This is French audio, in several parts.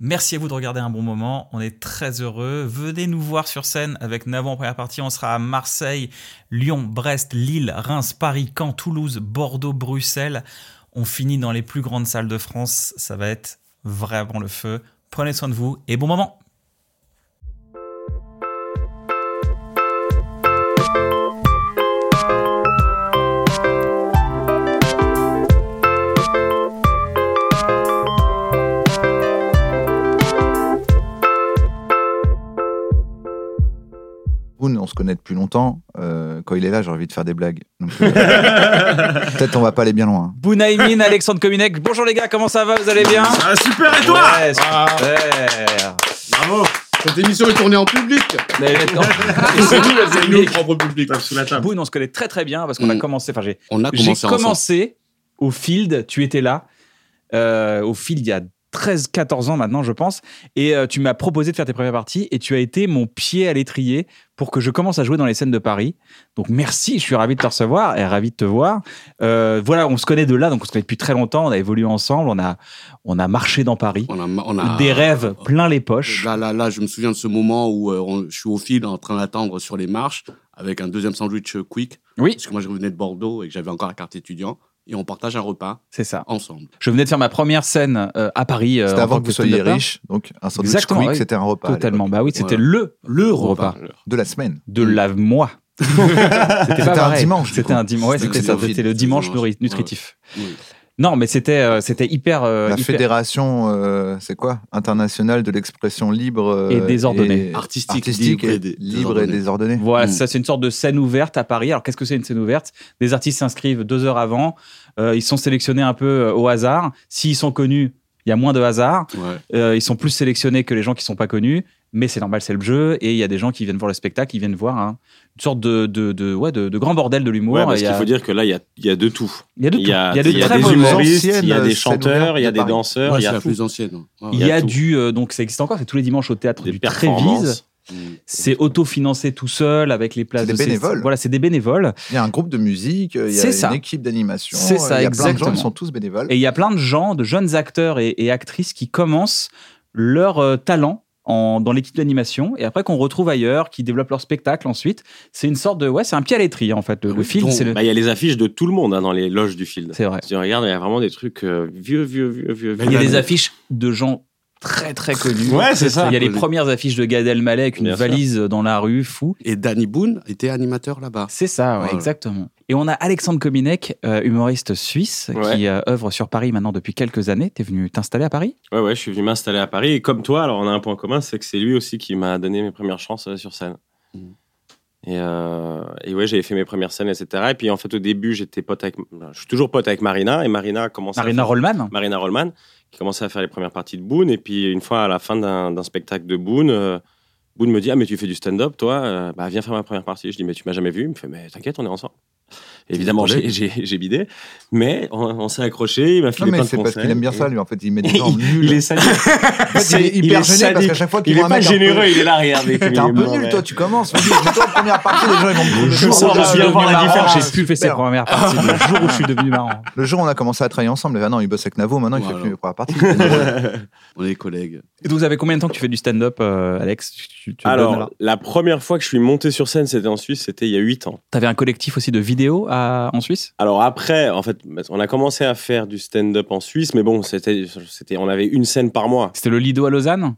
Merci à vous de regarder un bon moment. On est très heureux. Venez nous voir sur scène avec Navon en première partie. On sera à Marseille, Lyon, Brest, Lille, Reims, Paris, Caen, Toulouse, Bordeaux, Bruxelles. On finit dans les plus grandes salles de France. Ça va être vraiment le feu. Prenez soin de vous et bon moment. Boone, on se connaît depuis longtemps. Euh, quand il est là, j'ai envie de faire des blagues. Donc, euh, peut-être on va pas aller bien loin. hein. Bounaïmin, Alexandre Cominec. Bonjour les gars, comment ça va Vous allez bien Ah, super, et toi Ouais, super. Bravo Cette émission est tournée en public. Ah, Mais attends, Et c'est nous, là, c'est nous, propre public, là, sous la table. Boone, on se connaît très très bien parce qu'on a Mm. commencé. Enfin, j'ai On a j'ai commencé ensemble. commencé au field. Tu étais là euh, au field il y a 13-14 ans maintenant, je pense. Et euh, tu m'as proposé de faire tes premières parties et tu as été mon pied à l'étrier pour que je commence à jouer dans les scènes de Paris. Donc merci, je suis ravi de te recevoir et ravi de te voir. Euh, voilà, on se connaît de là, donc on se connaît depuis très longtemps. On a évolué ensemble, on a on a marché dans Paris. On a, ma- on a- Des rêves plein les poches. Ah. Là, là, là, je me souviens de ce moment où euh, on- je suis au fil en train d'attendre sur les marches avec un deuxième sandwich euh, quick. Oui. Parce que moi, je revenais de Bordeaux et que j'avais encore la carte étudiant. Et on partage un repas C'est ça. ensemble. Je venais de faire ma première scène euh, à Paris. euh, C'était en avant tant que vous soyez stand-upper. riche, donc un sandwich Exactement, quick, oui. c'était un repas. à Totalement. l'époque. Bah oui, c'était Voilà. le, le repas. repas. De la semaine. de la mois. c'était C'était un pas pareil. dimanche, du C'était coup. un dimanche. Ouais, C'était c'était ça, le c'était le dimanche. dimanche Ouais, ouais. nutritif. Oui. Non, mais c'était euh, c'était hyper. euh, la hyper- fédération, euh, c'est quoi Internationale de l'expression libre euh, Et désordonnée. Artistique, artistique libre et et dé- libre et désordonnée. désordonnée. Voilà, Mm. ça c'est une sorte de scène ouverte à Paris. Alors qu'est-ce que c'est une scène ouverte Des artistes s'inscrivent deux heures avant. euh, ils sont sélectionnés un peu euh, au hasard. S'ils sont connus, il y a moins de hasard. Ouais. Euh, ils sont plus sélectionnés que les gens qui sont pas connus. Mais c'est normal, c'est le jeu. Et il y a des gens qui viennent voir le spectacle, ils viennent voir un- une sorte de, de, de- ouais, de, de grand bordel de l'humour. Ouais, parce il, y a, qu'il faut dire que là, il y a, il y a de tout. il y a de tout. Il y a, de il y a très euh, des beaux moments. humoristes, il y a anciennes des scènes ouvertes chanteurs, il y a de des Paris. danseurs, Ouais, il y c'est a la tout. plus ancienne. hein. ouais. Ouais. Il Il y y a tout. du euh, donc ça existe encore, c'est tous les dimanches au théâtre des du Trévise. performances. Mm. C'est autofinancé tout seul avec les places C'est des de ces- bénévoles. Voilà, c'est des bénévoles Il y a un groupe de musique, euh, il y a C'est une ça. équipe d'animation. C'est euh, ça, Il y a plein de gens exactement. qui sont tous bénévoles. et il y a plein de gens, de jeunes acteurs et, et actrices qui commencent leur euh, talent en, dans l'équipe d'animation et après qu'on retrouve ailleurs, qui développent leur spectacle ensuite. C'est une sorte de ouais, c'est un pied à l'étrier en fait. Le, Ah le oui, film, donc, c'est le- Bah, il y a les affiches de tout le monde hein, dans les loges du field. c'est vrai. Si on regarde, il y a vraiment des trucs euh, vieux, vieux, vieux, vieux. Mais Il y a vieux. des affiches de gens très très connus. Ouais, c'est ça. Il y a les connu. premières affiches de Gad Elmaleh avec une Bien sûr. valise dans la rue, fou. Et Danny Boone était animateur là-bas. C'est ça, ouais, Voilà. exactement. Et on a Alexandre Kominek, euh, humoriste suisse, Ouais. qui euh, œuvre sur Paris maintenant depuis quelques années. T'es venu t'installer à Paris Ouais, ouais, je suis venu m'installer à Paris. Et comme toi, alors on a un point commun, c'est que c'est lui aussi qui m'a donné mes premières chances euh, sur scène. Mm. Mhm. Et, euh, et ouais, j'avais fait mes premières scènes, etc. Et puis en fait, au début, j'étais pote avec. Je suis toujours pote avec Marina. Et Marina a commencé. à Marina faire- Rollman Marina Rollman, qui commençait à faire les premières parties de Boone. Et puis, une fois, à la fin d'un d'un spectacle de Boone, euh, Boone me dit Ah, mais tu fais du stand-up, toi Euh, Bah, viens faire ma première partie. Je dis Mais tu m'as jamais vu Il me fait Mais t'inquiète, on est ensemble. Évidemment, j'ai j'ai- j'ai bidé, mais on, on s'est accroché. Il m'a Non, filé mais plein de c'est parce qu'il conseils. aime bien ça, lui. En fait, il met des gens nuls. Il est sadique. En fait, il est il hyper est gêné parce sadique. qu'à chaque fois qu'il Il voit est un pas mec. un peu- généreux, il est là, regardez. T'es un peu nul, toi, tu commences. Vas-y, mets-toi en première partie, les gens, ils vont me- Je me sens prendre, que je viens euh, voir la le- différence. ah, J'ai pu faire ses super. premières parties le jour où je suis devenu marrant. Le jour où on a commencé à travailler ensemble, ah non, il bosse avec Navo, maintenant il fait Voilà. plus les premières parties. On est collègues. Et donc, vous avez combien de temps que tu fais du stand-up, euh, Alex Tu- tu- tu le donnes, Alors, la première fois que je suis monté sur scène, c'était en Suisse, c'était il y a 8 ans. T'avais un collectif aussi de vidéos à- en Suisse Alors après, en fait, on a commencé à faire du stand-up en Suisse, mais bon, c'était, c'était, on avait une scène par mois. C'était le Lido à Lausanne,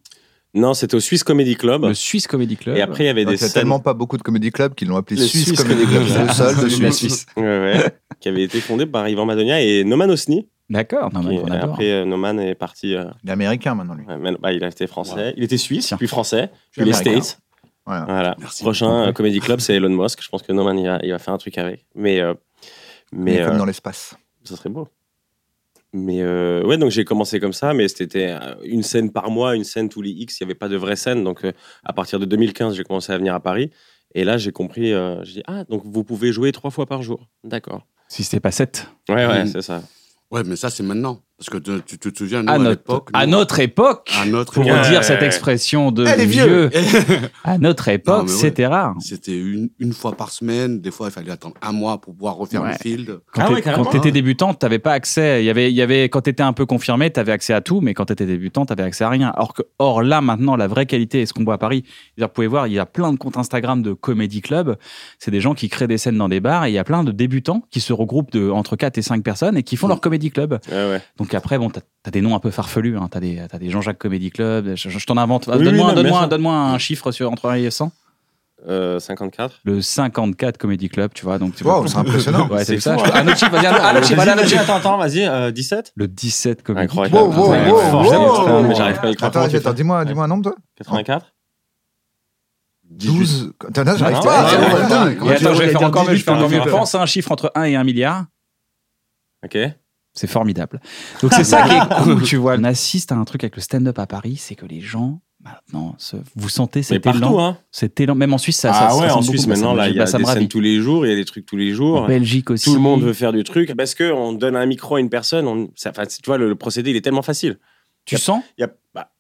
Non, c'était au Swiss Comedy Club. le Swiss Comedy Club. Bah. Et après, il y avait Il des y a scènes tellement pas beaucoup de comédie clubs qui l'ont appelé Le Suisse Suisse Comedy Club. Comedy C'est Club. le seul de De la Suisse. Suisse. Ouais, ouais, qui avaient été fondées par Ivan Madonia et Noman Osni. D'accord, Ah non, mais qui- on adore. après, euh, Noman est parti. euh, Il est américain maintenant, lui. ouais, mais- bah, il a été français. Il était suisse, Tiens. puis français, puis les américain. States. Voilà. Voilà. Merci. Prochain euh, Comedy Club, c'est Elon Musk. Je pense que Noman, il va, il va faire un truc avec. Mais, euh, Mais mais comme euh, dans l'espace. ça serait beau. Mais euh, ouais, donc j'ai commencé comme ça, mais c'était euh, une scène par mois, une scène tous les X, il n'y avait pas de vraie scène. Donc euh, à partir de 2015, j'ai commencé à venir à Paris. Et là, j'ai compris, euh, j'ai dit, ah, donc vous pouvez jouer trois fois par jour. D'accord. Hmm. Si c'était pas 7. Ouais, ouais, Mm. c'est ça. Ouais, mais ça, c'est maintenant. Parce que te- tu, tu te souviens, nous, À à notre, l'époque. à nous, notre époque, À notre pour Ouais. dire cette expression de Eh, les vieux, vieux à notre époque, Non, mais ouais. c'était rare. C'était une, une fois par semaine. Des fois, il fallait attendre un mois pour pouvoir refaire Ouais. le field. Quand Ah t'es- ouais, carrément. quand t'étais débutant, t'avais pas accès. Il y avait, il y avait, quand t'étais un peu confirmé, t'avais accès à tout, mais quand t'étais débutant, t'avais accès à rien. Or que, or là, maintenant, la vraie qualité est ce qu'on voit à Paris. C'est-à-dire, vous pouvez voir, il y a plein de comptes Instagram de comédie club. C'est des gens qui créent des scènes dans des bars et il y a plein de débutants qui se regroupent de, entre 4 et 5 personnes et qui font leur comédie club. Ouais, ouais. Donc après, bon, t'as as des noms un peu farfelus. Hein. T'as des, t'as des Jean-Jacques Comédie Club. Je, je- je t'en invente. Oui, oui, donne-moi, non, un- bien donne-moi, un- sûr. donne-moi un chiffre sur entre 1 et 100. Euh, 54. Le 54 Comédie Club, tu vois. Donc tu Wow, vois. c'est impressionnant. Ouais, c'est C'est ça. fou, Je- Un autre chiffre, vas-y, un Ah, autre- un autre chiffre, Vas-y, allez, un autre vas-y, chiffre. attends, attends, vas-y, euh, 17 Le 17 comédie Incroyable. Wow, wow, Ouais, wow, forcément, wow. putain, mais j'arrive pas à y croire. Attends, Comment tu attends, fais dis-moi dis-moi un nombre, toi 84 12. Attends, non, j'arrive Non, pas. ouais, c'est ouais, bon, ouais. attends, Et comment tu attends, veux je vais dire faire encore mieux. Je 18, fais encore mieux. putain. Pense à un chiffre entre 1 et 1 milliard. Ok. C'est formidable. Donc c'est ça qui est cool, tu vois. On assiste à un truc avec le stand-up à Paris, c'est que les gens, maintenant, se- vous sentez Mais cet partout, élan. hein. Cet élan, même en Suisse, ça, ça ah ça ouais, en ressemble Suisse, beaucoup, ça maintenant, me- là, il y bah, a ça des me ravit. scènes tous les jours, il y a des trucs tous les En jours. Belgique aussi. Tout le monde veut faire du truc parce que on donne un micro à une personne. On, ça, enfin, tu vois, le, le procédé, il est tellement facile. Tu sens Il y a- bah,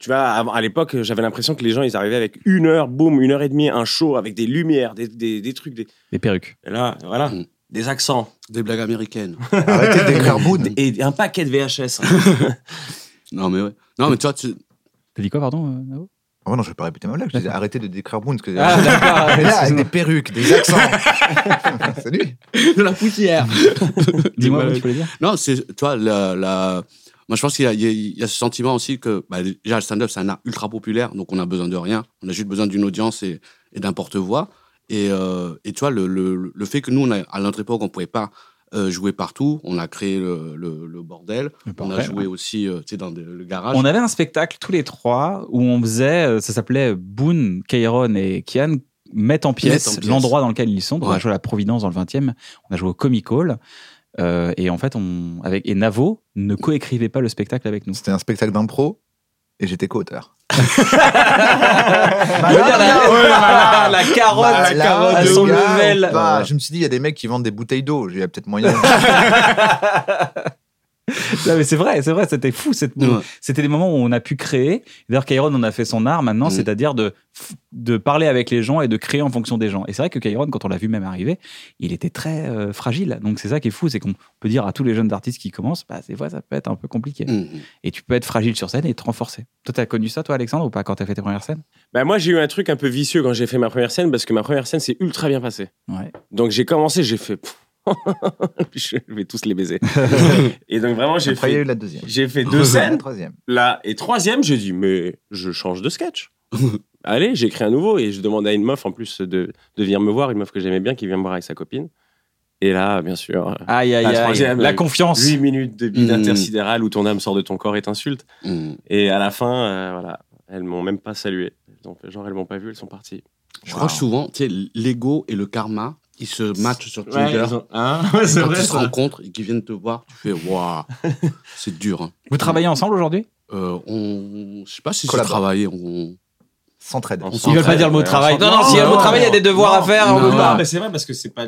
tu vois, avant- à l'époque, j'avais l'impression que les gens, ils arrivaient avec une heure, boum, une heure et demie, un show avec des lumières, des, des, des trucs, des, Les perruques. et là, voilà, Mm. des accents Des blagues américaines. Arrêtez de décrire Boud. et un paquet de VHS. non, mais ouais. Non, mais tu vois, tu- T'as dit quoi, pardon euh, Nao Oh non, je vais pas répéter ma blague. Je disais arrêtez de décrire Boone. Parce que... Ah, d'accord. Mais là, avec des excuse-moi. perruques, des accents. Salut. de la poussière. Dis-moi, tu voulais dire Non, c'est, tu vois, la, la- moi je pense qu'il y a, il y a- il y a ce sentiment aussi que, bah, déjà, le stand-up, c'est un art ultra populaire, donc on a besoin de rien. On a juste besoin d'une audience et, et d'un porte-voix. Et, euh, et tu vois, le, le, le fait que nous, on a- à notre époque, on ne pouvait pas euh, jouer partout, on a créé le, le- le bordel, on a Après, joué aussi euh, tu sais, dans des- le garage. On avait un spectacle tous les trois où on faisait, euh, ça s'appelait Boone, Kairon et Kian mettent en pièce en pièce. l'endroit dans lequel ils sont. Donc, On a Ouais. joué à la Providence dans le 20e, on a joué au Comic Hall. euh, et en fait, on, avec, et Navo ne coécrivait pas le spectacle avec nous. C'était un spectacle d'impro et j'étais co-auteur. Ah, la, la- la carotte, Bah, là, à le son gars, level. bah, Je me suis dit, il y a des mecs qui vendent des bouteilles d'eau. Il y a peut-être moyen. Non, mais c'est vrai, c'est vrai, c'était fou. cette- Ouais. C'était des moments où on a pu créer. D'ailleurs, Kairon en a fait son art maintenant, Mm. c'est-à-dire de, de parler avec les gens et de créer en fonction des gens. Et c'est vrai que Kairon, quand on l'a vu même arriver, il était très euh, fragile. Donc c'est ça qui est fou, c'est qu'on peut dire à tous les jeunes artistes qui commencent, bah, des fois ça peut être un peu compliqué. Mm. Mhm. Et tu peux être fragile sur scène et te renforcer. Toi, t'as connu ça, toi, Alexandre, ou pas, quand t'as fait tes premières scènes bah, moi, j'ai eu un truc un peu vicieux quand j'ai fait ma première scène parce que ma première scène s'est ultra bien passée. Ouais. Donc j'ai commencé, j'ai fait. je vais tous les baiser. et donc vraiment, j'ai Après, il y a eu fait, la deuxième. j'ai fait deux La scènes. troisième. Là, et troisième, j'ai dit, mais je change de sketch. Allez, j'écris un nouveau. Et je demande à une meuf, en plus, de, de venir me voir, une meuf que j'aimais bien, qui vient me voir avec sa copine. Et là, bien sûr, Aïe, aïe, La aïe. troisième, La euh, confiance. 8 minutes de bide Mm. Hmm. intersidérale où ton âme sort de ton corps est insulte. Mhm. Et à la fin, euh, voilà, elles m'ont même pas salué. Donc, genre, elles m'ont pas vu, elles sont parties. Je crois que souvent, tu sais, l'ego et le karma, ils se matchent sur Tinder. hein, c'est Quand vrai. ils se ça. rencontrent et qu'ils viennent te voir, tu fais waouh, c'est dur. hein. Vous travaillez ensemble aujourd'hui Euh, on, je sais pas si c'est Collabore. travailler. On... S'entraide. Ensemble. Ils veulent pas s'entraide, dire le mot ouais, travail. ensemble. Non, non, s'il y a le mot Non, travail, il y a des devoirs à non, faire, on non. veut pas. Ah, mais c'est vrai parce que c'est pas.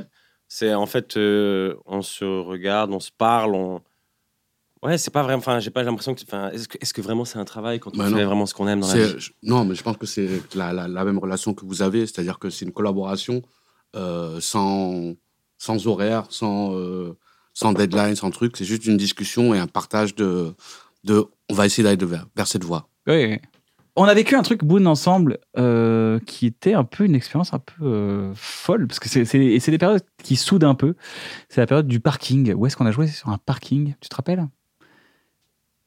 C'est en fait, euh, on se regarde, on se parle, on. Ouais, c'est pas vraiment. Enfin, j'ai pas l'impression que. Enfin, est-ce que, est-ce que vraiment c'est un travail quand on Bah fait non. vraiment ce qu'on aime dans la vie C'est- je- Non, mais je pense que c'est la, la- la même relation que vous avez, c'est-à-dire que c'est une collaboration euh, sans, sans horaire, sans, euh, sans deadline, sans truc. C'est juste une discussion et un partage de. de on va essayer d'aller de- vers, vers cette voie. Oui, oui. On a vécu un truc Boone ensemble euh, qui était un peu une expérience un peu euh, folle parce que c'est- c'est et c'est des périodes qui soudent un peu. C'est la période du parking. Où est-ce qu'on a joué C'est sur un parking Tu te rappelles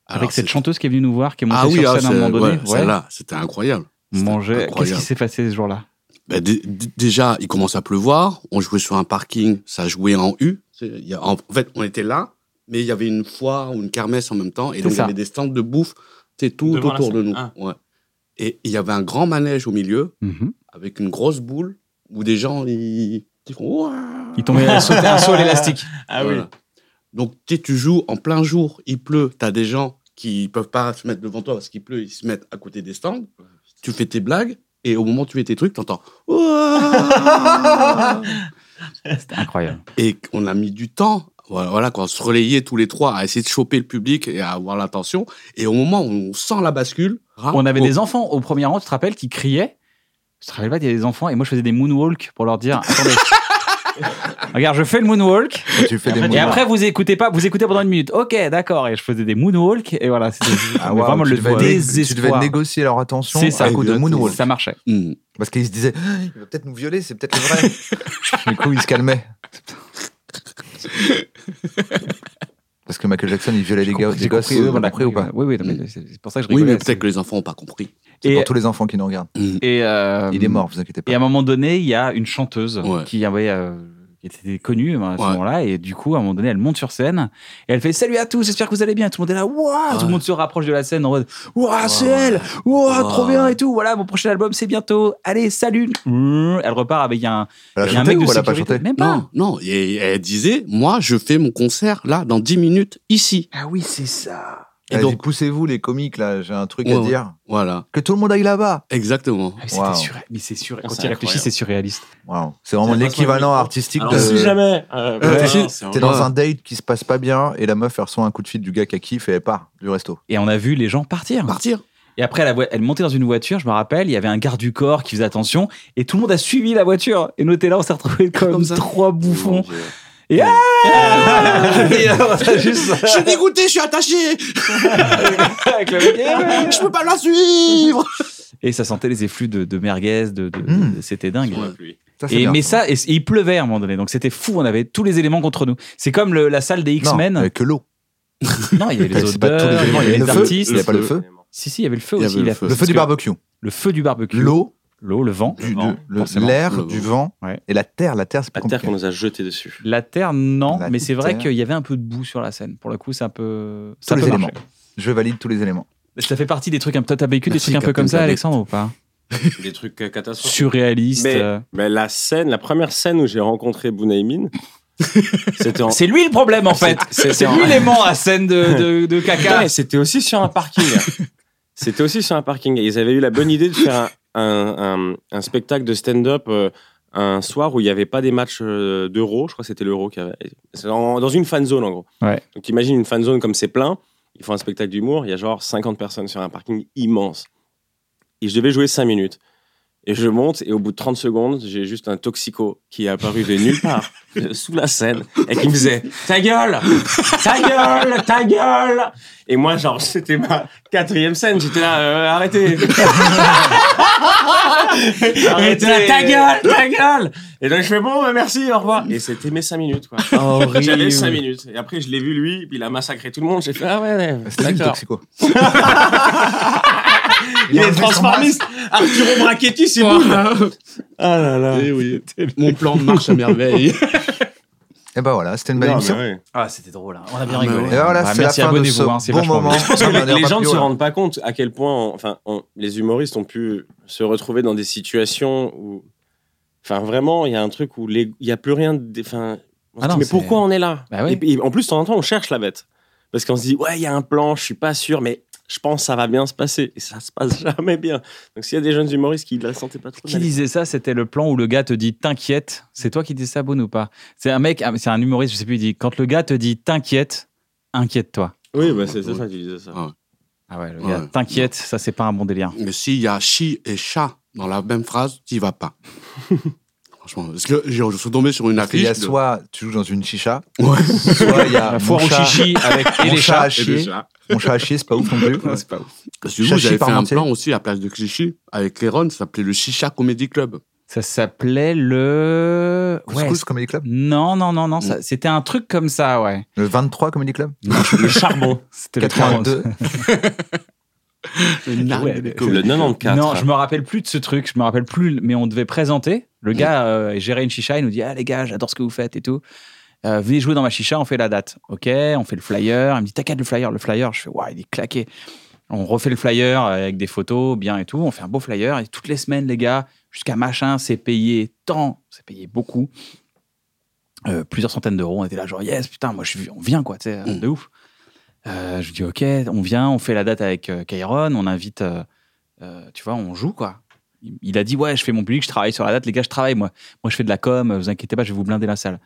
Avec Alors, cette c'est- chanteuse qui est venue nous voir, qui est montée Ah oui, sur ah, scène à un c'est- moment donné. ouais, celle-là, c'était incroyable. On mangeait. incroyable. Qu'est-ce qui s'est passé ce jour-là Ben, dé- dé- déjà, il commence à pleuvoir. On jouait sur un parking, ça jouait en U. C'est- il y a- en fait, on était là, mais il y avait une foire ou une kermesse en même temps. Et donc, il y ça. avait des stands de bouffe c'est tout Devant la autour de scène. nous. Ah. Ouais. Et il y avait un grand manège au milieu, Mhm. avec une grosse boule, où des gens, ils, ils font Ouah Il tombait, sautait un saut à l'élastique. Ah Voilà. Donc, tu sais, tu joues en plein jour, il pleut, tu as des gens qui peuvent pas se mettre devant toi parce qu'il pleut, ils se mettent à côté des stands. Tu fais tes blagues et au moment où tu fais tes trucs, tu entends. C'était incroyable. Et on a mis du temps, voilà, voilà, quoi, à se relayer tous les trois, à essayer de choper le public et à avoir l'attention. Et au moment où on sent la bascule, rah, On avait oh, des enfants au premier rang, tu te rappelles, qui criaient. Tu te rappelles pas, il y avait des enfants et moi je faisais des moonwalks pour leur dire attendez. Regarde, je fais le moonwalk Tu fais des et moonwalks. après vous écoutez pas, vous écoutez pendant une minute. Ok, d'accord. Et je faisais des moonwalks et voilà, c'était Ah, mais waouh, vraiment tu le devais né- Tu devais désespoir. négocier leur attention C'est ça. à coup de Exactement. moonwalk. Ça marchait. hmm. Parce qu'ils se disaient, Ah, il va peut-être nous violer, c'est peut-être le vrai. du coup, ils se calmaient. Parce que Michael Jackson, il violait les gars, des gosses. oui, on l'a pris ou pas Oui, oui, non, mais c'est c'est pour ça que je Oui, rigolais. mais peut-être que les enfants n'ont pas compris. C'est et, pour tous les enfants qui nous regardent. et, euh, Il est mort, vous inquiétez Et à pas. un moment donné, il y a une chanteuse Ouais. qui avait, euh, qui était connue hein, à ce Ouais. moment-là, et du coup, à un moment donné, elle monte sur scène et elle fait Salut à tous, j'espère que vous allez bien. Et tout le monde est là, waouh Tout Ouais. le monde se rapproche de la scène en mode Waouh, c'est Ouais, ouais. elle Waouh, Ouais. trop bien et tout. Voilà, mon prochain album, c'est bientôt. Allez, salut Elle repart avec un, Elle a il y a un chanté mec de ou elle a pas sécurité. chanté Même pas Non, non. Et elle disait, moi, je fais mon concert là dans 10 minutes ici. Ah oui, c'est ça Et Elle a dit, donc, poussez-vous les comiques, là, j'ai un truc Ouais, à ouais. dire. voilà, Que tout le monde aille là-bas. exactement. Ah, mais c'était Waouh. surré- Mais c'est surré- Ah, Quand c'est il réfléchit, incroyable. c'est surréaliste. Waouh. C'est vraiment Ça passe l'équivalent pas le artistique Alors, de. si jamais. euh, Euh, putain, si, c'est un- T'es dans Ouais. un date qui se passe pas bien et la meuf elle reçoit un coup de fil du gars qu'elle kiffe et elle part du resto. Et on a vu les gens partir. Partir. Et après, la voi- elle montait dans une voiture, je me rappelle, il y avait un garde du corps qui faisait attention, et tout le monde a suivi la voiture. Et nous, on était là, on s'est retrouvés comme, Comme ça. trois bouffons. Mon Dieu. Et alors, on a juste Ah, Je suis dégoûté, je suis attaché, je avec le mec, eh ouais. peux pas la suivre. Et ça sentait les effluves de, de merguez, de, de- Mm. de- c'était dingue. Sur la pluie. Ça, c'est Et bien, mais ça, et, et il pleuvait à un moment donné, donc c'était fou. On avait tous les éléments contre nous. C'est comme le- la salle des Non, X-Men. avec que l'eau. Non, il y avait les C'est pas odeurs, tous les il y éléments, avait les le feu. artistes. Il y a pas le feu. Si si, il y avait le feu Il y aussi. avait il le a- feu. Le feu parce du que barbecue, Euh, le feu du barbecue, l'eau, l'eau, le vent. du- Le vent, de- le- forcément. l'air, Le du vent Ouais. et la terre. La terre, c'est plus La terre compliqué. qu'on nous a jeté dessus. La terre, non, La mais c'est vrai terre. qu'il y avait un peu de boue sur la scène. Pour le coup, c'est un peu. Tous Ça les peut éléments. marcher. Je valide tous les éléments. Ça fait partie des trucs un peu. T'as vécu des Merci, trucs un peu Captain comme ça, Planet. Alexandre, ou pas Des trucs euh, catastrophiques. Surréaliste. Mais- euh. Mais la scène, la première scène où j'ai rencontré Bunaimin, c'était en. C'est lui le problème, en fait. C'est en- lui l'élément à scène de, de, de Putain, caca. et c'était aussi sur un parking. c'était aussi sur un parking. Et Ils avaient eu la bonne idée de faire un, un- un- un spectacle de stand-up euh, un soir où il n'y avait pas des matchs euh, d'euro. Je crois que c'était l'euro qui avait. c'est en- dans une fan zone, en gros. Ouais. Donc imagine une fan zone comme c'est plein. Ils font un spectacle d'humour. Il y a genre 50 personnes sur un parking immense. Et je devais jouer 5 minutes. Et je monte, et au bout de 30 secondes, j'ai juste un toxico qui est apparu de nulle part, de- sous la scène, et qui me faisait Ta gueule Ta gueule Ta gueule Et moi, genre, c'était ma quatrième scène, j'étais là, euh, arrêtez Arrêtez Ta gueule Ta gueule Et donc, je fais Bon, bah, merci, au revoir. Et c'était mes 5 minutes, quoi. J'avais 5 minutes. Et après, je l'ai vu, lui, puis il a massacré tout le monde. J'ai fait Ah ouais, ouais C'était du d'accord. toxico. Il est transformiste Arturo Brachetti, c'est bon Ah là là Eh oui. Mon plan marche à merveille. Et ben voilà, c'était une belle Non, émission. mais ouais. Ah, c'était drôle. hein. On a bien Ah, rigolé. mais Et voilà, Bah, c'est la merci, fin de abonnez-vous, ce hein, c'est bon vachement moment. bien. Je pense que Non, mais on les, est les pas gens ne plus se haut, là. rendent pas compte à quel point, on- enfin, on- les humoristes ont pu se retrouver dans des situations où, enfin, vraiment, il y a un truc où les- il n'y a plus rien. de- Enfin, on se Ah dit, non, mais c'est- pourquoi on est là Bah oui. Et puis, en plus, de temps en temps, on cherche la bête parce qu'on se dit, ouais, il y a un plan, je suis pas sûr, mais je pense que ça va bien se passer. Et ça se passe jamais bien. Donc, s'il y a des jeunes humoristes qui ne la sentaient pas trop, Qui d'aller- disait ça C'était le plan où le gars te dit T'inquiète. C'est toi qui dis ça, Boone, ou pas C'est un mec, ah, c'est un humoriste, je sais plus, il dit Quand le gars te dit T'inquiète, inquiète-toi. oui, bah, c'est c'est ça qui disait ça. Ah ouais, le Ouais. gars, t'inquiète, ça, c'est pas un bon délire. Mais s'il y a chi et chat dans la même phrase, t'y vas pas. Franchement, parce que je je suis tombé sur une Parce qu'il y affiche. a de- soit tu joues dans une chicha, Ouais. soit il y La a mon foire au chat- chichi avec et mon les chat chats. à chier. Mon chat à chier, c'est pas ouf non plus. pas Parce que vous, Chachi j'avais fait un Parmentier. plan aussi à place de Clichy avec Léron, ça s'appelait le Chicha Comedy Club. Ça s'appelait le. Ouais. Couscous Mm. Comedy Club, Non, non, non, non. ça- C'était un truc comme ça, ouais. le 23 Comedy Club, Le charbon. C'était le 82. Le nargue Ouais, des le- comédies. Le 94. Non, je me rappelle plus de ce truc. Je me rappelle plus, mais on devait présenter. Le gars euh, gérait une chicha. Il nous dit Ah, les gars, j'adore ce que vous faites et tout. Euh, venez jouer dans ma chicha, on fait la date. Ok, on fait le flyer. Il me dit T'as qu'à le flyer. Le flyer, je fais Waouh, il est claqué. On refait le flyer euh, avec des photos, bien et tout. On fait un beau flyer. Et toutes les semaines, les gars, jusqu'à machin, c'est payé tant, c'est payé beaucoup. euh, plusieurs centaines d'euros. On était là, genre, yes, putain, moi, je, suis- on vient, quoi, tu sais, Mm. de ouf. Euh, je dis, ok, on vient, on fait la date avec euh, Kairon, on invite, euh, euh, tu vois, on joue, quoi. Il- Il a dit, ouais, je fais mon public, je travaille sur la date, les gars, je travaille, moi. Moi, je fais de la com, vous inquiétez pas, je vais vous blinder la salle.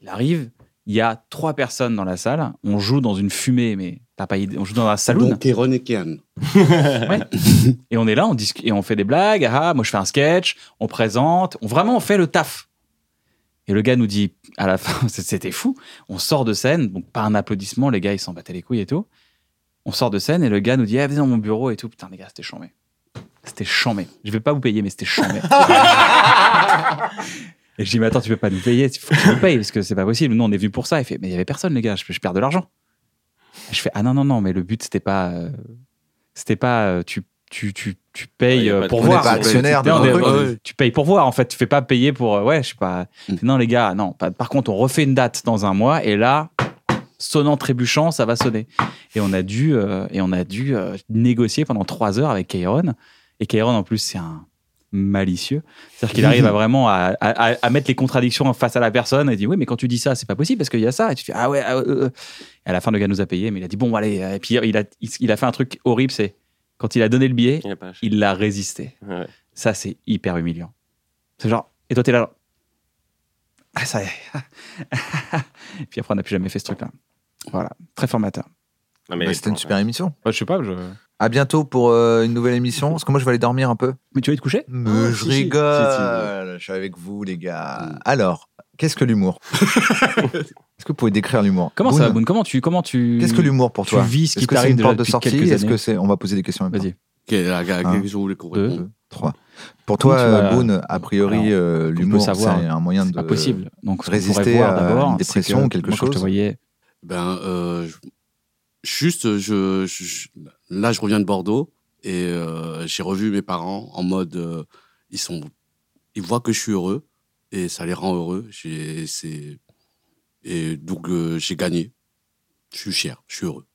Il arrive, il y a trois personnes dans la salle, on joue dans une fumée, mais t'as pas idée, on joue dans un saloon. Donc, Kéron et Kian. Et on est là, on discute et on fait des blagues. Ah, moi je fais un sketch, on présente, on vraiment on fait le taf. Et le gars nous dit à la fin, c'est- c'était fou. On sort de scène, donc pas un applaudissement, les gars ils s'en battaient les couilles et tout. On sort de scène et le gars nous dit, ah, venez dans mon bureau et tout. Putain les gars, c'était chambé. C'était chambé. Je vais pas vous payer, mais c'était chambé. et je dis, mais attends, tu peux pas nous payer, il faut que tu nous payes parce que c'est pas possible. Nous on est venus pour ça. Il fait, mais il y avait personne les gars, je, je perds de l'argent. Et Je fais, ah non non non, mais le but c'était pas, euh, c'était pas, euh, tu tu, tu, tu Ouais, payes y a euh, pas de- pour on voir. n'est pas Ouais, actionnaire tu- de non, mais, Recruit. euh, Tu payes pour voir, en fait. Tu fais pas payer pour. euh, Ouais, je sais pas. Mm. Non, les gars, non. pas- Par contre, on refait une date dans un mois et là, sonnant, trébuchant, ça va sonner. Et on a dû, euh, et on a dû euh, négocier pendant trois heures avec Kairon. Et Kairon, en plus, c'est un malicieux. C'est-à-dire qu'il arrive à vraiment à, à- à- à mettre les contradictions face à la personne et dit Oui, mais quand tu dis ça, c'est pas possible parce qu'il y a ça. Et tu fais Ah ouais, ah, euh, euh. Et à la fin, le gars nous a payé, mais il a dit Bon, allez. euh, Et puis, il a, il- il a fait un truc horrible c'est quand il a donné le billet, Il a pas lâché. il l'a résisté. Ouais. Ça, c'est hyper humiliant. C'est genre, et toi, t'es là. genre, Ah, ça y est. Et Puis après, on n'a plus jamais fait ce truc-là. Voilà, très formateur. Non, Bah, mais- C'était une super émission. Bah, je sais pas, je. À bientôt pour euh, une nouvelle émission. Parce que moi, je vais aller dormir un peu. Mais tu vas te coucher Mais Oh, si, je si. rigole. Si, si. Je suis avec vous, les gars. Mm. Alors, qu'est-ce que l'humour Est-ce que vous pouvez décrire l'humour Comment ça va, Boone, Boone Comment tu. Comment tu... Qu'est-ce que l'humour pour Tu toi vis ce qui Est-ce que c'est t'arrive une déjà porte de depuis sortie quelques Est-ce années que c'est On va poser des questions. en même temps. Vas-y. Quelle la, la, Un, quelle question voulez-vous deux. répondre Deux, trois. Pour toi, Comment tu vas- euh, Boone, a priori, Alors, euh, peut l'humour, c'est savoir un moyen de. Impossible. Donc, résister résister à voir une d'abord. c'est dépression que ou quelque moi, quand je te chose. voyais. Ben, euh, je- juste, je, je- là, je reviens de Bordeaux et euh, j'ai revu mes parents en mode, euh, ils sont, ils voient que je suis heureux et ça les rend heureux. J'ai, c'est, et donc euh, j'ai gagné. Je suis fier, je suis heureux.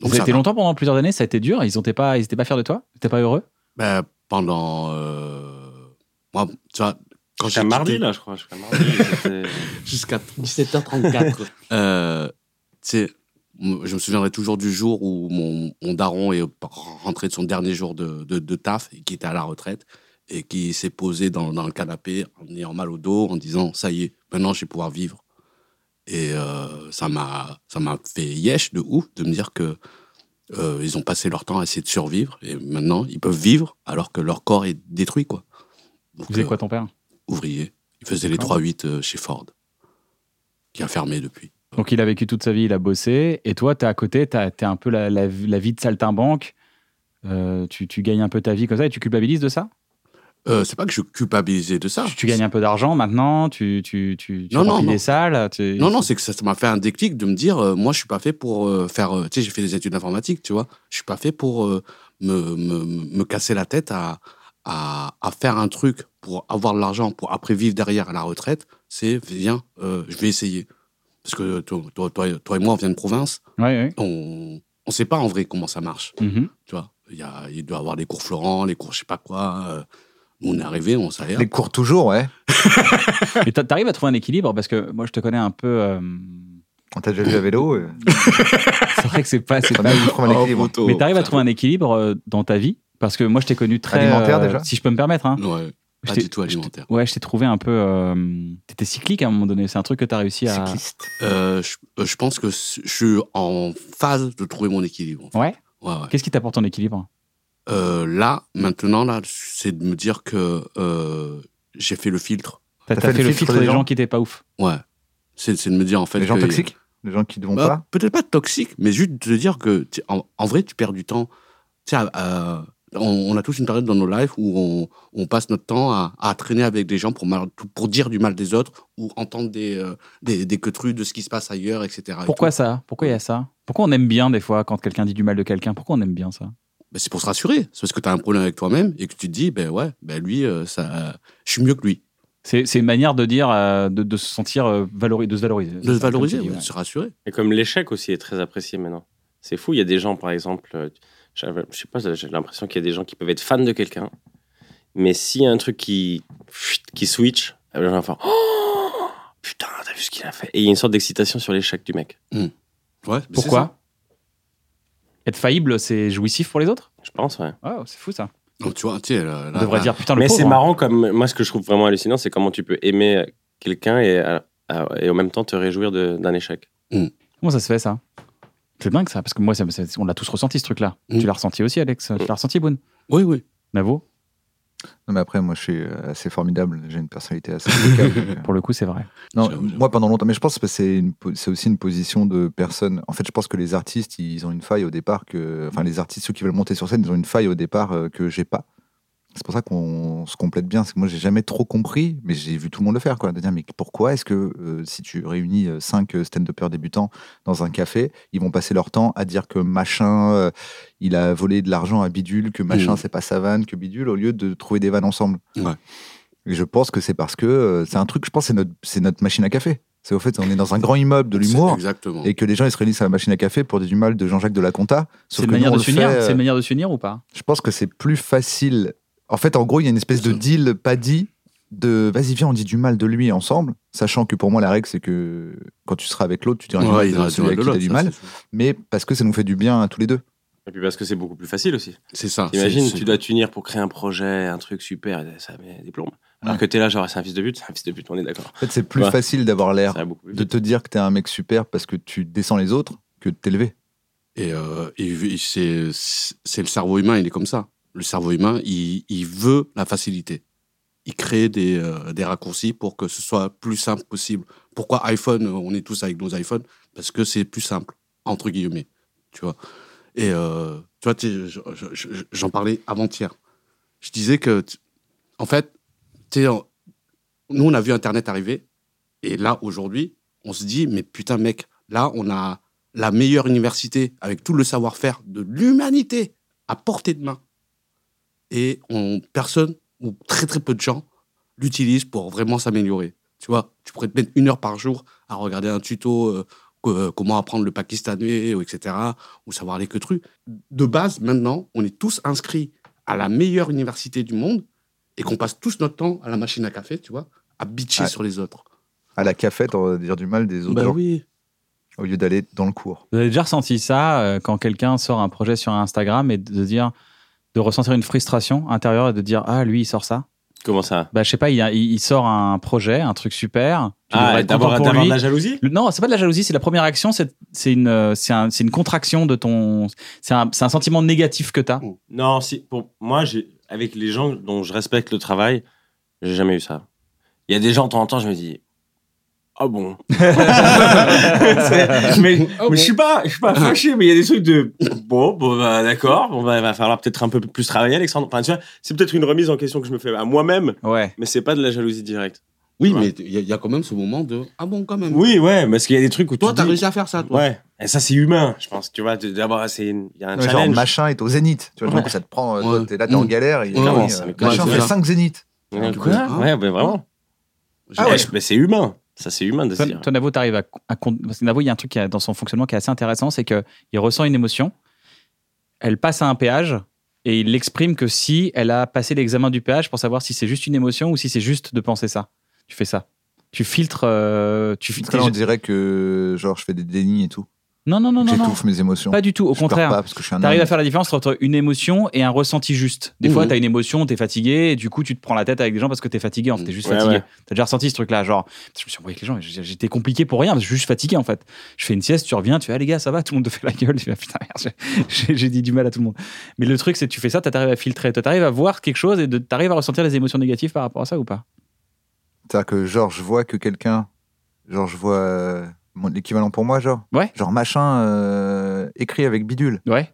Vous avez ça été va. longtemps pendant plusieurs années, ça a été dur. Ils n'étaient pas, ils étaient pas fiers de toi T'étais pas heureux Ben, pendant, euh, moi, tu vois, quand j'ai Jusqu'à mardi, quitté- là, je crois. Jusqu'à mardi. c'était- jusqu'à 17h34. euh, tu sais, m- je me souviendrai toujours du jour où mon, mon daron est rentré de son dernier jour de, de, de taf et qui était à la retraite et qui s'est posé dans, dans le canapé en ayant mal au dos, en disant ça y est, maintenant je vais pouvoir vivre. Et euh, ça m'a ça m'a fait yesh de ouf de me dire que euh, ils ont passé leur temps à essayer de survivre et maintenant ils peuvent vivre alors que leur corps est détruit quoi. Donc, Vous faisais euh, quoi ton père ouvrier. Il faisait les D'accord. 3-8 euh, chez Ford, qui a fermé depuis. Donc il a vécu toute sa vie, il a bossé, et toi, t'es à côté, t'as- t'es un peu la, la- la vie de saltimbanque, Euh, tu, tu gagnes un peu ta vie comme ça, et tu culpabilises de ça Euh, c'est pas que je culpabilisais de ça. tu, tu gagnes un peu d'argent maintenant, tu, tu, tu, tu Non, non, remplis non. des salles tu- Non, non, c'est que ça ça m'a fait un déclic de me dire, euh, moi, je suis pas fait pour euh, faire. euh, tu sais, j'ai fait des études d'informatique, tu vois. Je suis pas fait pour euh, me, me, me casser la tête à, à, à faire un truc pour avoir de l'argent, pour après vivre derrière à la retraite. C'est, viens, euh, je vais essayer. Parce que toi, toi, toi, toi et moi, on vient de province. Ouais, ouais. On on sait pas en vrai comment ça marche. Mhm. Tu vois, il, y a, il doit avoir les cours Florent, les cours je sais pas quoi. euh, nous, on est arrivé, on savait. Les cours toujours, ouais. Mais t'a- t'arrives à trouver un équilibre, parce que moi, je te connais un peu... euh, On t'a déjà vu à vélo. euh, C'est vrai que c'est pas... c'est t'as pas- bien vu trouver un Oh, équilibre. Mais t'arrives à trouver un équilibre euh, dans ta vie parce que moi, je t'ai connu très. euh, Alimentaire, déjà Si je peux me permettre. Hein. Ouais, Je pas t'ai- du tout je t'ai- alimentaire. Ouais, je t'ai trouvé un peu. euh, T'étais cyclique à un moment donné. C'est un truc que t'as réussi à. Euh, je, euh, je pense que c- je suis en phase de trouver mon équilibre. en fait. Ouais. Ouais, ouais. Qu'est-ce qui t'apporte ton équilibre Euh, là, maintenant, là, c'est de me dire que euh, j'ai fait le filtre. T'as T'as t'as fait, le filtre des gens, qui étaient pas ouf. Ouais. C'est c'est de me dire en fait. Les gens que- toxiques Les gens qui ne vont Bah, pas Peut-être pas toxique, mais juste de dire que, tu- en, en vrai, tu perds du temps. Tu sais, euh, on, on a tous une période dans nos lives où on, on passe notre temps à, à traîner avec des gens pour, mal- pour dire du mal des autres ou entendre des, euh, des, des queutrues de ce qui se passe ailleurs, etc. et Pourquoi tout. ça Pourquoi il y a ça Pourquoi on aime bien des fois quand quelqu'un dit du mal de quelqu'un Pourquoi on aime bien ça Ben, C'est pour se rassurer. C'est parce que tu as un problème avec toi-même et que tu te dis, ben ouais, ben lui, euh, ça, euh, je suis mieux que lui. C'est c'est une manière de dire, euh, de, de se sentir euh, valori- de se valoriser. De se valoriser, Comme tu dis, ouais, de se rassurer. Et comme l'échec aussi est très apprécié maintenant. C'est fou, il y a des gens, par exemple, euh, j'avais- je sais pas, j'ai l'impression qu'il y a des gens qui peuvent être fans de quelqu'un, mais s'il y a un truc qui, qui switch, eh ben, les gens vont faire, Oh Putain, t'as vu ce qu'il a fait Et il y a une sorte d'excitation sur l'échec du mec, Ouais, mais c'est ça. Pourquoi Être faillible, c'est jouissif pour les autres je pense, ouais. Oh, c'est fou ça. Donc, tu vois, tu sais, là, On là- devrait là- dire putain le Mais pauvre, c'est hein. marrant, comme moi, ce que je trouve vraiment hallucinant, c'est comment tu peux aimer quelqu'un et, à- à- et en même temps te réjouir de- d'un échec. Comment ça se fait ça C'est dingue ça, parce que moi, ça me- ça- on l'a tous ressenti ce truc-là. Mm. Tu l'as ressenti aussi, Alex Tu l'as ressenti, Boone Oui, oui. Navo Non, mais après, moi, je suis euh, assez formidable. J'ai une personnalité assez impeccable. donc, euh, Pour le coup, c'est vrai. Non, J'avoue, j'avoue. moi pendant longtemps, mais je pense que c'est une po- c'est aussi une position de personne. En fait, je pense que les artistes, ils ont une faille au départ que, enfin, les artistes ceux qui veulent monter sur scène, ils ont une faille au départ euh, que j'ai pas. C'est pour ça qu'on se complète bien. C'est que moi, j'ai jamais trop compris, mais j'ai vu tout le monde le faire, quoi. De dire, mais pourquoi est-ce que euh, si tu réunis euh, cinq euh, stand-uppers débutants dans un café, ils vont passer leur temps à dire que machin, euh, il a volé de l'argent à Bidule, que machin, Mhm. c'est pas sa vanne, que Bidule, au lieu de trouver des vannes ensemble. Ouais. Et je pense que c'est parce que euh, c'est un truc, je pense, c'est notre, c'est notre machine à café. C'est au fait, on est dans un grand immeuble de C'est- l'humour Exactement. et que les gens ils se réunissent à la machine à café pour dire du mal de Jean-Jacques Delaconta. C'est Sauf une, que nous, manière on de le s'unir fait, euh, C'est une manière de s'unir ou pas Je pense que c'est plus facile. En fait, en gros, il y a une espèce de deal pas dit de vas-y, viens, on dit du mal de lui ensemble, sachant que pour moi, la règle, c'est que quand tu seras avec l'autre, tu diras du Ouais, mal il de a celui à qui t'as du mal, mais parce que ça nous fait du bien à tous les deux. Et puis parce que c'est beaucoup plus facile aussi. C'est ça. Imagine, C'est- c'est- tu dois t'unir pour créer un projet, un truc super, ça met des plombes. Alors Ouais. que t'es là, genre, c'est un fils de but, c'est un fils de but, on est d'accord. En fait, c'est plus Ouais. facile d'avoir Ça l'air, va beaucoup plus de vite. te dire que t'es un mec super parce que tu descends les autres que de t'élever. Et, euh, et- et c'est c'est le cerveau humain, il est comme ça. Le cerveau humain, il, il veut la facilité. Il crée des, euh, des raccourcis pour que ce soit plus simple possible. Pourquoi iPhone euh, On est tous avec nos iPhones parce que c'est plus simple entre guillemets, tu vois. Et euh, tu vois, t'es- je- je- je- j'en parlais avant-hier. Je disais que, t- en fait, t'es en- nous on a vu Internet arriver et là aujourd'hui, on se dit mais putain mec, là on a la meilleure université avec tout le savoir-faire de l'humanité à portée de main. Et on, personne ou très très peu de gens l'utilisent pour vraiment s'améliorer. Tu vois, tu pourrais te mettre une heure par jour à regarder un tuto euh, co- euh, comment apprendre le pakistanais, ou etc., ou savoir les queutrues. De base, maintenant, on est tous inscrits à la meilleure université du monde et qu'on passe tous notre temps à la machine à café, tu vois, à bitcher Ouais. sur les autres. À la cafette, on va dire du mal des autres Bah gens, oui. au lieu d'aller dans le cours. Vous avez déjà ressenti ça euh, quand quelqu'un sort un projet sur Instagram et de dire de ressentir une frustration intérieure et de dire ah lui il sort ça Comment ça bah je sais pas il, a- il- il sort un projet un truc super tu devrais Ah, être content d'avoir pour d'avoir lui de la jalousie Le- non c'est pas de la jalousie c'est la première action c'est c'est une euh, c'est un- c'est une contraction de ton c'est un, c'est un sentiment négatif que t'as Non, si, pour moi, j'ai- avec les gens dont je respecte le travail, j'ai jamais eu ça. Il y a des gens, de temps en temps, je me dis. Ah bon Ah C'est- Mais, mais je bon. suis pas, je suis pas fâché, mais il y a des trucs de bon, bon bah, d'accord, bon bah, il va falloir peut-être un peu plus travailler, Alexandre. Enfin, tu vois, c'est peut-être une remise en question que je me fais à moi-même, ouais mais c'est pas de la jalousie directe. Oui, Ouais. mais il y, a- il y a quand même ce moment de Ah bon, quand même. Oui, ouais, parce qu'il y a des trucs où Toi, tu t'as dis- réussi à faire ça, toi. Ouais, et ça c'est humain, je pense. Tu vois, de- d'abord c'est une- il y a un Ouais, genre, challenge. machin est au zénith. Tu vois, donc ça te prend. euh, toi, Ouais. T'es là, t'es en Mm. Mmh. galère. Et, Mais comment oui, ça, euh, mais comment machin ça fait va 5 zéniths. Ouais, Tu quoi vois, hein. Ouais, mais vraiment. J'ai- Ah Ouais, mais c'est humain. Ça c'est humain de se Toi, dire. toi, Navo, t'arrives à, à con- parce que Navo, il y a un truc qui a- dans son fonctionnement qui est assez intéressant, c'est que il ressent une émotion, elle passe à un péage et il l'exprime que si elle a passé l'examen du péage pour savoir si c'est juste une émotion ou si c'est juste de penser ça. Tu fais ça. Tu filtres. euh, tu Parce filtres. que là, on dirait que genre, je fais des dénis et tout. Non, non, non, non, non. J'étouffe mes émotions. Pas du tout. Au Je pleure contraire. pas parce que je suis un T'arrives à homme. faire la différence entre une émotion et un ressenti juste. Des fois, Mmh. Mhm. t'as une émotion, t'es fatigué, et du coup, tu te prends la tête avec des gens parce que t'es fatigué, en fait, t'es juste Mmh. Ouais, fatigué. ouais. T'as déjà ressenti ce truc-là, genre, je me suis envoyé avec les gens, j- j'étais compliqué pour rien, parce que je suis juste fatigué, en fait. Je fais une sieste, tu reviens, tu fais, ah les gars, ça va, tout le monde te fait la gueule, tu fais, Ah, putain, merde, j'ai- j'ai j'ai dit du mal à tout le monde. Mais le truc, c'est que tu fais ça, t'arrives à filtrer, Toi, t'arrives à voir quelque chose et de- t'arrives à ressentir les émotions négatives par rapport à ça ou pas C'est-à-dire que genre, je vois que quelqu'un, genre, je vois euh, mon- l'équivalent pour moi, genre. Ouais. Genre machin euh, écrit avec bidule. Ouais.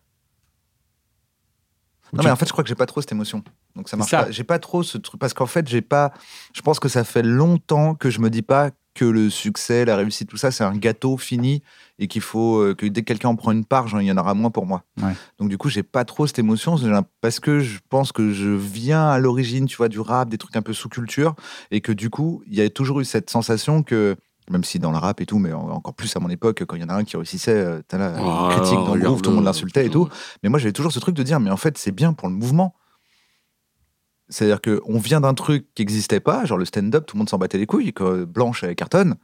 Non mais en fait, je crois que j'ai pas trop cette émotion. Donc ça marche ça. pas. J'ai pas trop ce truc parce qu'en fait, j'ai pas. Je pense que ça fait longtemps que je me dis pas que le succès, la réussite, tout ça, c'est un gâteau fini et qu'il faut euh, que dès que quelqu'un en prend une part, genre, il y en aura moins pour moi. Ouais. Donc du coup, j'ai pas trop cette émotion j'ai un- parce que je pense que je viens à l'origine, tu vois, du rap, des trucs un peu sous culture et que du coup, il y a toujours eu cette sensation que même si dans le rap et tout, mais en- encore plus à mon époque, quand il y en a un qui réussissait, euh, t'as la Ah, critique dans le groupe, regarde-le. tout le monde l'insultait et tout. Mais moi, j'avais toujours ce truc de dire, mais en fait, c'est bien pour le mouvement. C'est-à-dire qu'on vient d'un truc qui n'existait pas, genre le stand-up, tout le monde s'en battait les couilles, que Blanche elle cartonne.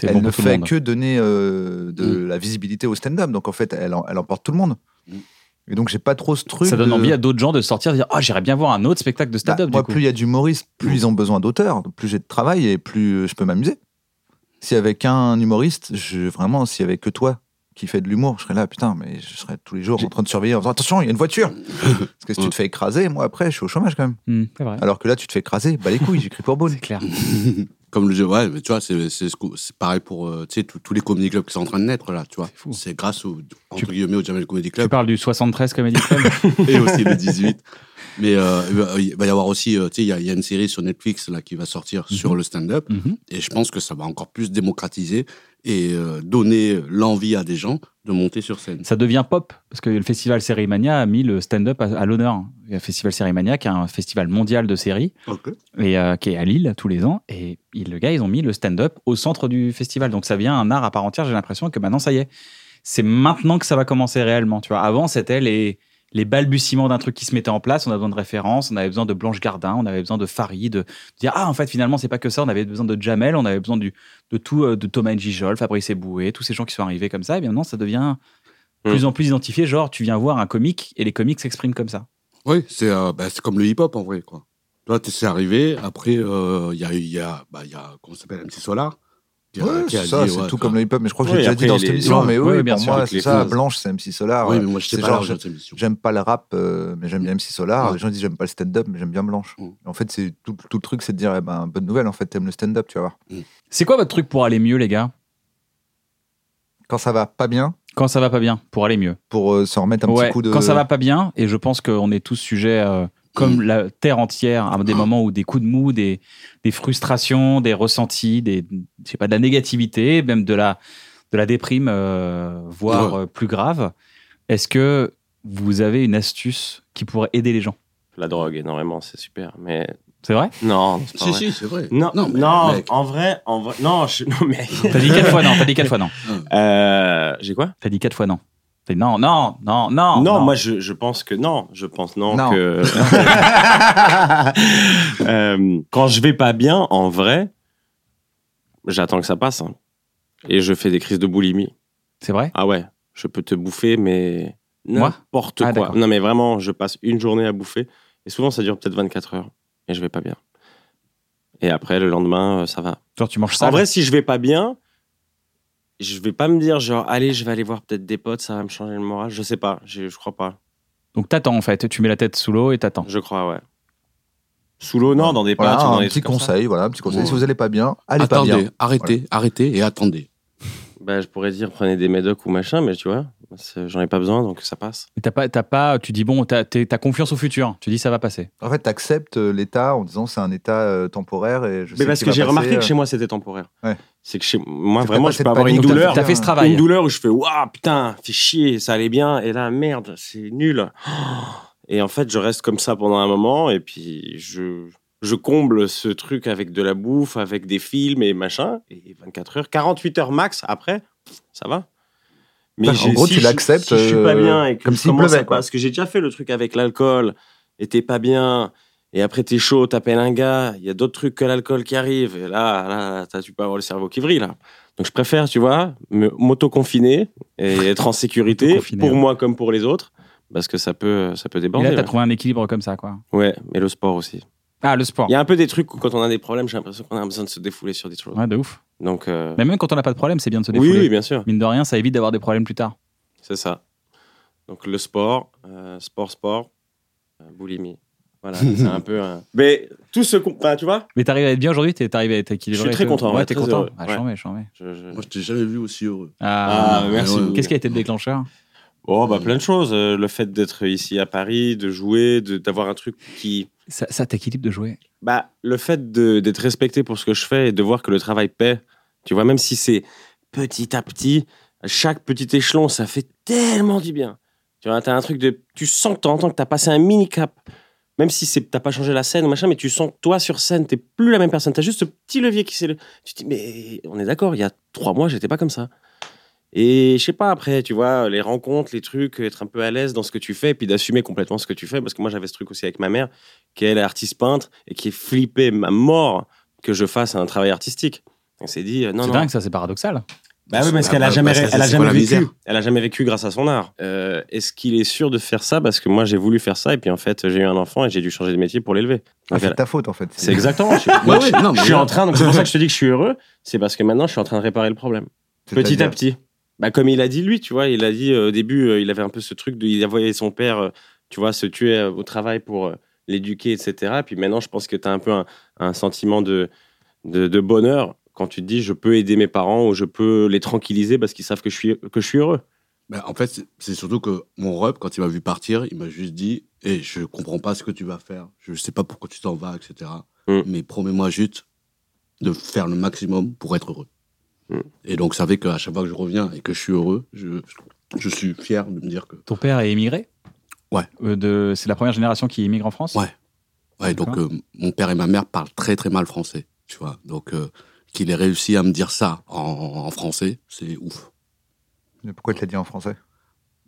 C'est Elle bon ne pour tout le fait monde. que donner euh, de la visibilité au stand-up. Donc en fait, elle, en- elle emporte tout le monde. Mm. Et donc j'ai pas trop ce truc. Ça donne de- envie à d'autres gens de sortir, de dire Ah, j'irais bien voir un autre spectacle de Bah, stand-up. du moi, coup. plus il y a d'humoristes, plus ils ont besoin d'auteurs, plus j'ai de travail et plus euh, je peux m'amuser. Si avec un humoriste, je, vraiment, si avec que toi qui fais de l'humour, je serais là, putain, mais je serais tous les jours en train de surveiller en faisant attention, il y a une voiture. Parce que si tu te fais écraser, moi après, je suis au chômage quand même. Hmm, c'est vrai. Alors que là, tu te fais écraser, bah les couilles, j'écris pour Beaune. C'est clair. Comme le jeu, ouais, mais tu vois, c'est c'est ce qu'on- c'est pareil pour euh, tu sais, tous tous les comedy clubs qui sont en train de naître là, tu vois. C'est fou. C'est grâce au entre Tu- guillemets au Jamel Comedy Tu Club parles du 73 Comedy Club et aussi le 18. Mais euh, il va- il va y avoir aussi, euh, tu sais, il y, a- il y a une série sur Netflix là qui va sortir sur le stand-up Mhm. et je pense que ça va encore plus démocratiser et euh, donner l'envie à des gens de monter sur scène. Ça devient pop, parce que le festival Série Mania a mis le stand-up à, à l'honneur. Le festival Série Mania, qui est un festival mondial de séries, et euh, qui est à Lille tous les ans, et ils- le gars, ils ont mis le stand-up au centre du festival. Donc ça vient un art à part entière, j'ai l'impression que maintenant, ça y est. C'est maintenant que ça va commencer réellement, tu vois. Avant, c'était les, les balbutiements d'un truc qui se mettait en place, on avait besoin de références, on avait besoin de Blanche Gardin, on avait besoin de Farid, de, de dire, ah, en fait, finalement, c'est pas que ça, on avait besoin de Jamel, on avait besoin du, de tout, euh, de Thomas Gijol, Fabrice Eboué, tous ces gens qui sont arrivés comme ça, et bien maintenant, ça devient plus en plus identifié, genre tu viens voir un comique et les comiques s'expriment comme ça. Oui, c'est euh, bah, c'est comme le hip-hop en vrai. Quoi. Toi, t'es- c'est arrivé, après, euh, il y a, eu- il y, a, bah, il y a, comment ça s'appelle, MC Solar qui a- Ouais, euh, qui a c'est ça, dit, c'est ouais, tout grave. comme le hip-hop, mais je crois que Oui, j'ai déjà après, dit dans les- cette émission, ouais, mais ouais, oui, bien pour sûr, moi, avec c'est les ça, phases. Blanche, c'est MC Solar. Oui, euh, mais moi, je sais c'est pas genre, là, je- j'ai émission. J'aime pas le rap, euh, mais j'aime bien MC Solar. Ouais. Les gens disent j'aime pas le stand-up, mais j'aime bien Blanche. Mm. En fait, c'est tout, tout le truc, c'est de dire eh ben, bonne nouvelle, en fait, t'aimes le stand-up, tu vas voir. C'est quoi votre truc pour aller mieux, les gars Quand ça va pas bien, Quand ça va pas bien, pour aller mieux. pour euh, s'en remettre un Ouais, petit coup de. Quand ça va pas bien, et je pense qu'on est tous sujets, euh, comme Mm. la terre entière, à des moments où des coups de mou, des, des frustrations, des ressentis, des, je sais pas, de la négativité, même de la, de la déprime, euh, voire Ouais. euh, plus grave. Est-ce que vous avez une astuce qui pourrait aider les gens La drogue, énormément, c'est super. Mais C'est vrai non, c'est pas Si, vrai. si, c'est vrai. Non, non, mais, mec, en vrai, en vrai, non, je, non mais. T'as dit quatre fois non, t'as dit quatre fois non. Euh, J'ai quoi T'as dit quatre fois non. T'as dit non, non, non, Oh, non. non, moi je, je pense que non. Je pense non, Non. que. Euh, quand je vais pas bien, en vrai, j'attends que ça passe. hein. Et je fais des crises de boulimie. C'est vrai Ah ouais, je peux te bouffer, mais Moi n'importe Ah, quoi. d'accord. Non, mais vraiment, je passe une journée à bouffer. Et souvent, ça dure peut-être 24 heures. Et je vais pas bien. Et après, le lendemain, euh, ça va. Genre, tu manges ça En vrai, si je vais pas bien, je vais pas me dire genre allez, je vais aller voir peut-être des potes, ça va me changer le moral. Je sais pas, je, je crois pas. Donc t'attends en fait, tu mets la tête sous l'eau et t'attends. Je crois ouais. Sous l'eau, non, dans des Voilà, pâtes, ou dans un des petit trucs comme ça. conseil, voilà, un petit conseil. Ouais. Si vous allez pas bien, allez pas attendez, bien. arrêtez, arrêtez et attendez. Bah, je pourrais dire prenez des médocs ou machin, mais tu vois, c'est- j'en ai pas besoin, donc ça passe. Et T'as pas, t'as pas, tu dis bon, t'as, t'es- t'as confiance au futur. Tu dis ça va passer. En fait, t'acceptes euh, l'état en disant c'est un état euh, temporaire et je sais Mais parce qu'il que va j'ai passer, remarqué euh, que chez moi c'était temporaire. Ouais. C'est que chez moi t'as vraiment, pas je cette peux avoir une panique, t'as- douleur. T'as fait ce travail. Une douleur où je fais waouh putain, fait chier, ça allait bien, et là merde, c'est nul. Et en fait, je reste comme ça pendant un moment, et puis je, je comble ce truc avec de la bouffe, avec des films et machin. Et 24 heures, 48 heures max après, ça va. Mais Bah, En j'ai- gros, si tu je- l'acceptes, si je suis pas euh, bien et que comme je s'il commence pleuvait, à quoi. pas- Parce que j'ai déjà fait le truc avec l'alcool, et t'es pas bien, et après t'es chaud, t'appelles un gars, il y a d'autres trucs que l'alcool qui arrivent, et là, là, t'as- tu peux avoir le cerveau qui vrille, là. Donc je préfère, tu vois, me- m'auto-confiner et être en sécurité, M'auto-confiner, pour ouais. moi comme pour les autres, parce que ça peut, ça peut Et déborder. là, t'as ouais. trouvé un équilibre comme ça, quoi. Ouais, mais le sport aussi. Ah, le sport. Il y a un peu des trucs où quand on a des problèmes, j'ai l'impression qu'on a besoin de se défouler sur des choses. Ouais, de ouf. Donc, euh, Mais même quand on n'a pas de problème, c'est bien de se oui, défouler. oui, bien sûr, Mine de rien, ça évite d'avoir des problèmes plus tard. c'est ça. Donc le sport, euh, sport, sport, euh, boulimie. Voilà, c'est un peu. un- Mais tout ce qu'on. Enfin, tu vois Mais t'arrives à être bien aujourd'hui, t'es, t'arrives à être équilibré. Je suis et très tout. content, Ouais, ouais, t'es très content. heureux, Ah, ouais. j'en mets, j'en mets. je- je- Moi, je t'ai jamais vu aussi heureux. Ah, Ah, merci. ouais, ouais. beaucoup. Qu'est-ce qui a été le déclencheur Oh, bah plein de choses. Euh, Le fait d'être ici à Paris, de jouer, de- d'avoir un truc qui. ça, ça t'équilibre de jouer. Bah, le fait de- d'être respecté pour ce que je fais et de voir que le travail paie, tu vois, même si c'est petit à petit, chaque petit échelon, ça fait tellement du bien. Tu vois, t'as un truc de. Tu sens que t'as que t'as passé un mini cap. Même si c'est- t'as pas changé la scène, machin, mais tu sens que toi, sur scène, t'es plus la même personne. T'as juste ce petit levier qui s'est. le- Tu te dis, mais on est d'accord, il y a trois mois, j'étais pas comme ça. Et je sais pas, après, tu vois, les rencontres, les trucs, être un peu à l'aise dans ce que tu fais, et puis d'assumer complètement ce que tu fais. Parce que moi, j'avais ce truc aussi avec ma mère, qui elle est artiste peintre, et qui est flippée ma mort que je fasse un travail artistique. On s'est dit, euh, non, C'est non. dingue, ça, c'est paradoxal. Bah oui, parce Bah, qu'elle a bah, jamais, bah, ça, c'est elle a quoi jamais la vécu. misère Elle a jamais vécu grâce à son art. Euh, Est-ce qu'il est sûr de faire ça Parce que moi, j'ai voulu faire ça, et puis en fait, j'ai eu un enfant et j'ai dû changer de métier pour l'élever. Ah, Donc, C'est elle- de ta faute en fait. C'est exactement. je suis- Ouais, ouais, non, mais je suis voilà. en train. donc C'est pour ça que je te dis que je suis heureux. C'est parce que maintenant, je suis en train de réparer le problème petit à C'est-à-dire- petit. Bah, comme il a dit lui, tu vois, il a dit euh, au début, euh, il avait un peu ce truc de, il a voyé son père, euh, tu vois, se tuer euh, au travail pour euh, l'éduquer, etc. Puis maintenant, je pense que tu as un peu un, un sentiment de, de, de bonheur quand tu te dis, je peux aider mes parents ou je peux les tranquilliser parce qu'ils savent que je suis, que je suis heureux. Ben, en fait, c'est- c'est surtout que mon rep, quand il m'a vu partir, il m'a juste dit Et je comprends pas ce que tu vas faire, je sais pas pourquoi tu t'en vas, etc. Mm. Mais promets-moi juste de faire le maximum pour être heureux. Mm. Et donc, ça fait qu'à chaque fois que je reviens et que je suis heureux, je, je suis fier de me dire que. Ton père est émigré Ouais. Euh, de- C'est la première génération qui émigre en France Ouais. Ouais, donc, euh, mon père et ma mère parlent très très mal français, tu vois. Donc, euh, qu'il ait réussi à me dire ça en, en français, c'est ouf. Mais Pourquoi tu l'as dit en français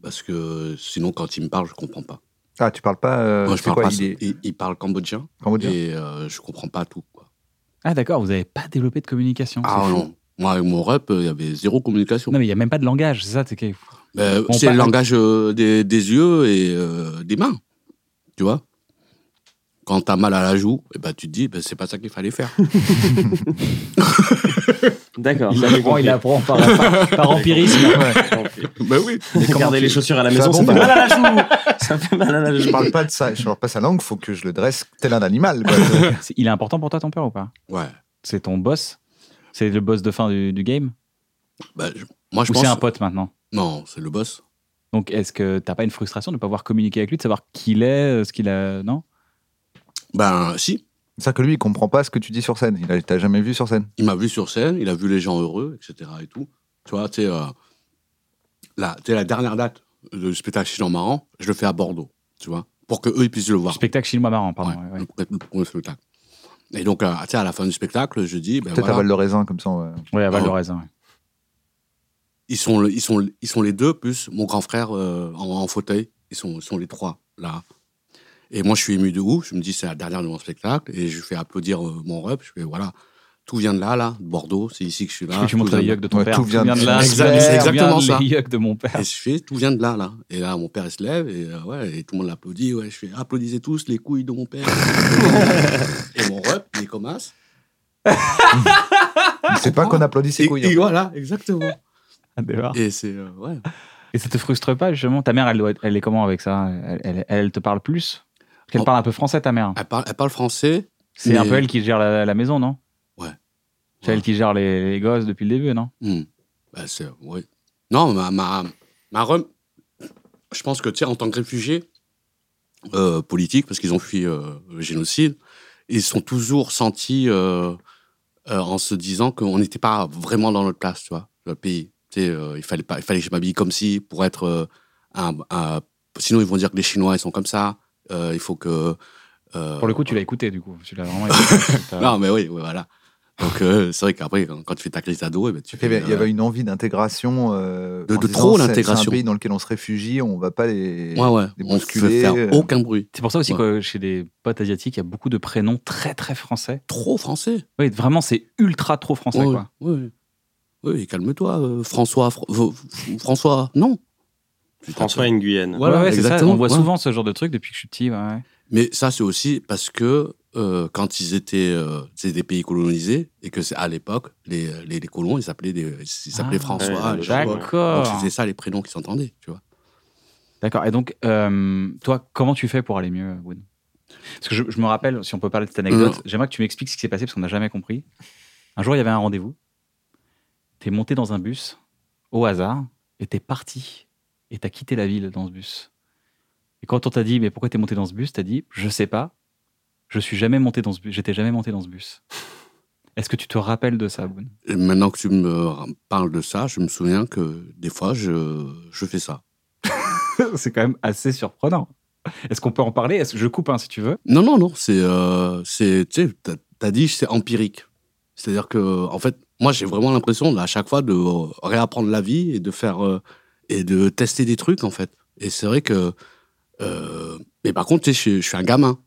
Parce que euh, sinon, quand il me parle, je comprends pas. Ah, tu parles pas. euh, Moi, je c'est parle quoi, pas. Il est il- il parle cambodgien. cambodgien Et euh, je comprends pas tout. Quoi. Ah, d'accord, vous n'avez pas développé de communication. Ah c'est fou. non. Moi, avec mon rep, euh, il y avait zéro communication. Non, mais il n'y a même pas de langage, c'est ça c'est que- Euh, On c'est parle- le langage euh, des, des yeux et euh, des mains. Tu vois Quand t'as mal à la joue, eh ben, tu te dis, ben, c'est pas ça qu'il fallait faire. D'accord. Il ça, j'ai apprend, compris. il apprend par, par- par empirisme. ben oui. Dès qu'on gardait les chaussures à la Ça maison, ça fait bah, bombarde. mal à la joue. Ça fait mal à la Je joue. parle pas de ça, je parle pas sa langue, faut que je le dresse tel un animal. quoi. C'est- C'est- Il est important pour toi, ton père, ou pas Ouais. C'est ton boss C'est le boss de fin du, du game Ben, je- moi, je Ou pense. c'est un pote maintenant Non, c'est le boss. Donc, est-ce que t'as pas une frustration de ne pas pouvoir communiquer avec lui, de savoir qui il est, euh, ce qu'il a. Non Ben, si. C'est-à-dire que lui, il comprend pas ce que tu dis sur scène. Il a- t'a jamais vu sur scène. Il m'a vu sur scène, il a vu les gens heureux, etc. Et tout. Tu vois, tu sais, euh, la, tu sais, la dernière date du spectacle Chinois Marrant, je le fais à Bordeaux. Tu vois Pour qu'eux, ils puissent le voir. Spectacle chinois marrant, pardon. Ouais, ouais, ouais. Le, premier- le premier spectacle. Et donc, euh, tu sais, à la fin du spectacle, je dis, ben Peut-être voilà, à Val d'Oraisin, comme ça. ouais. Ouais, à Val Ah. d'Orez, ouais. ils, sont, le- ils, sont, ils sont les deux, plus mon grand frère euh, en, en fauteuil. Ils sont, ils sont les trois, là. Et moi, je suis ému de ouf. Je me dis, c'est la dernière de mon spectacle. Et je fais applaudir euh, mon rep. Je fais, voilà, tout vient de là, là, de Bordeaux. C'est ici que je suis Je là. crois que tu Tout montres les vient yeux de- de ton Ouais, père. tout Tu vient de- viens de là. Exact- tu viens c'est exactement de ça. Les yeux de mon père. Et je fais, tout vient de là, là. Et là, mon père, il se lève. Et, euh, ouais, et tout le monde l'applaudit. Ouais, je fais, applaudissez tous les couilles de mon père. et mon rep, il commence. Il sait Ah. pas qu'on applaudit ses Et, couilles. hein. hein. et voilà, exactement. Et c'est, euh, ouais. Et ça te frustre pas, justement Ta mère, elle, doit être- elle est comment avec ça elle, elle- elle te parle plus Parce qu'elle Oh. parle un peu français, ta mère. Elle parle, elle parle français. C'est mais- un peu elle qui gère la, la maison, non Ouais. C'est elle qui gère les, les gosses depuis le début, non Hmm. Bah, c'est- oui. Non, ma, ma, ma rem- je pense que, tu sais, en tant que réfugiés euh, politiques, parce qu'ils ont fui euh, le génocide, ils sont toujours sentis euh, euh, en se disant qu'on n'était pas vraiment dans notre place, tu vois, le pays. Tu sais, euh, il, fallait pas, il fallait que je m'habille comme si pour être euh, un, un- Sinon, ils vont dire que les Chinois, ils sont comme ça. Euh, il faut que... euh, Pour le coup, tu l'as écouté, du coup. Tu l'as vraiment écouté. Euh, T'as- Non, mais oui, oui, voilà. Donc, euh, c'est vrai qu'après, quand, quand tu fais ta crise d'ado, eh ben, tu Il y, avait, fais, il y euh, avait une envie d'intégration. euh, De- en de disant, trop c'est- C'est l'intégration. un pays dans lequel on se réfugie, on va pas les. euh, Ouais, ouais. des On bousculés, fait faire euh. aucun bruit. C'est pour ça aussi Ouais. que chez des potes asiatiques, il y a beaucoup de prénoms très très français. Trop français. Oui, vraiment, c'est ultra trop français, Ouais, quoi. ouais, ouais. Oui, calme-toi. euh, François, Fr- euh, F- François, non. François Nguyen. Voilà, ouais, ouais, c'est ça. exactement, On voit ouais. souvent ce genre de truc depuis que je suis petit. ouais, ouais. Mais ça, c'est aussi parce que euh, quand ils étaient euh, c'est des pays colonisés et que c'est à l'époque, les, les, les colons, ils s'appelaient des- ils s'appelaient Ah, François. ouais, je Ah, sais pas. Donc, D'accord. C'était ça les prénoms qu'ils s'entendaient, tu vois. D'accord. Et donc, euh, toi, comment tu fais pour aller mieux, Wood Parce que je, je me rappelle, si on peut parler de cette anecdote, Non. j'aimerais que tu m'expliques ce qui s'est passé parce qu'on n'a jamais compris. Un jour, il y avait un rendez-vous. T'es monté dans un bus au hasard et t'es parti et t'as quitté la ville dans ce bus. Et quand on t'a dit mais pourquoi t'es monté dans ce bus, t'as dit je sais pas, je suis jamais monté dans ce bus, j'étais jamais monté dans ce bus. Est-ce que tu te rappelles de ça, Boone Et maintenant que tu me euh, parles de ça, je me souviens que des fois, je, je fais ça. C'est quand même assez surprenant. Est-ce qu'on peut en parler Est-ce que je coupe hein, si tu veux Non, non, non, c'est. euh, c'est- tu sais, t'as- t'as dit, c'est empirique. C'est-à-dire que, en fait, moi, j'ai vraiment l'impression, là, à chaque fois, de euh, réapprendre la vie et de faire. euh, et de tester des trucs, en fait. Et c'est vrai que. euh, mais par contre, tu sais, je, je suis un gamin.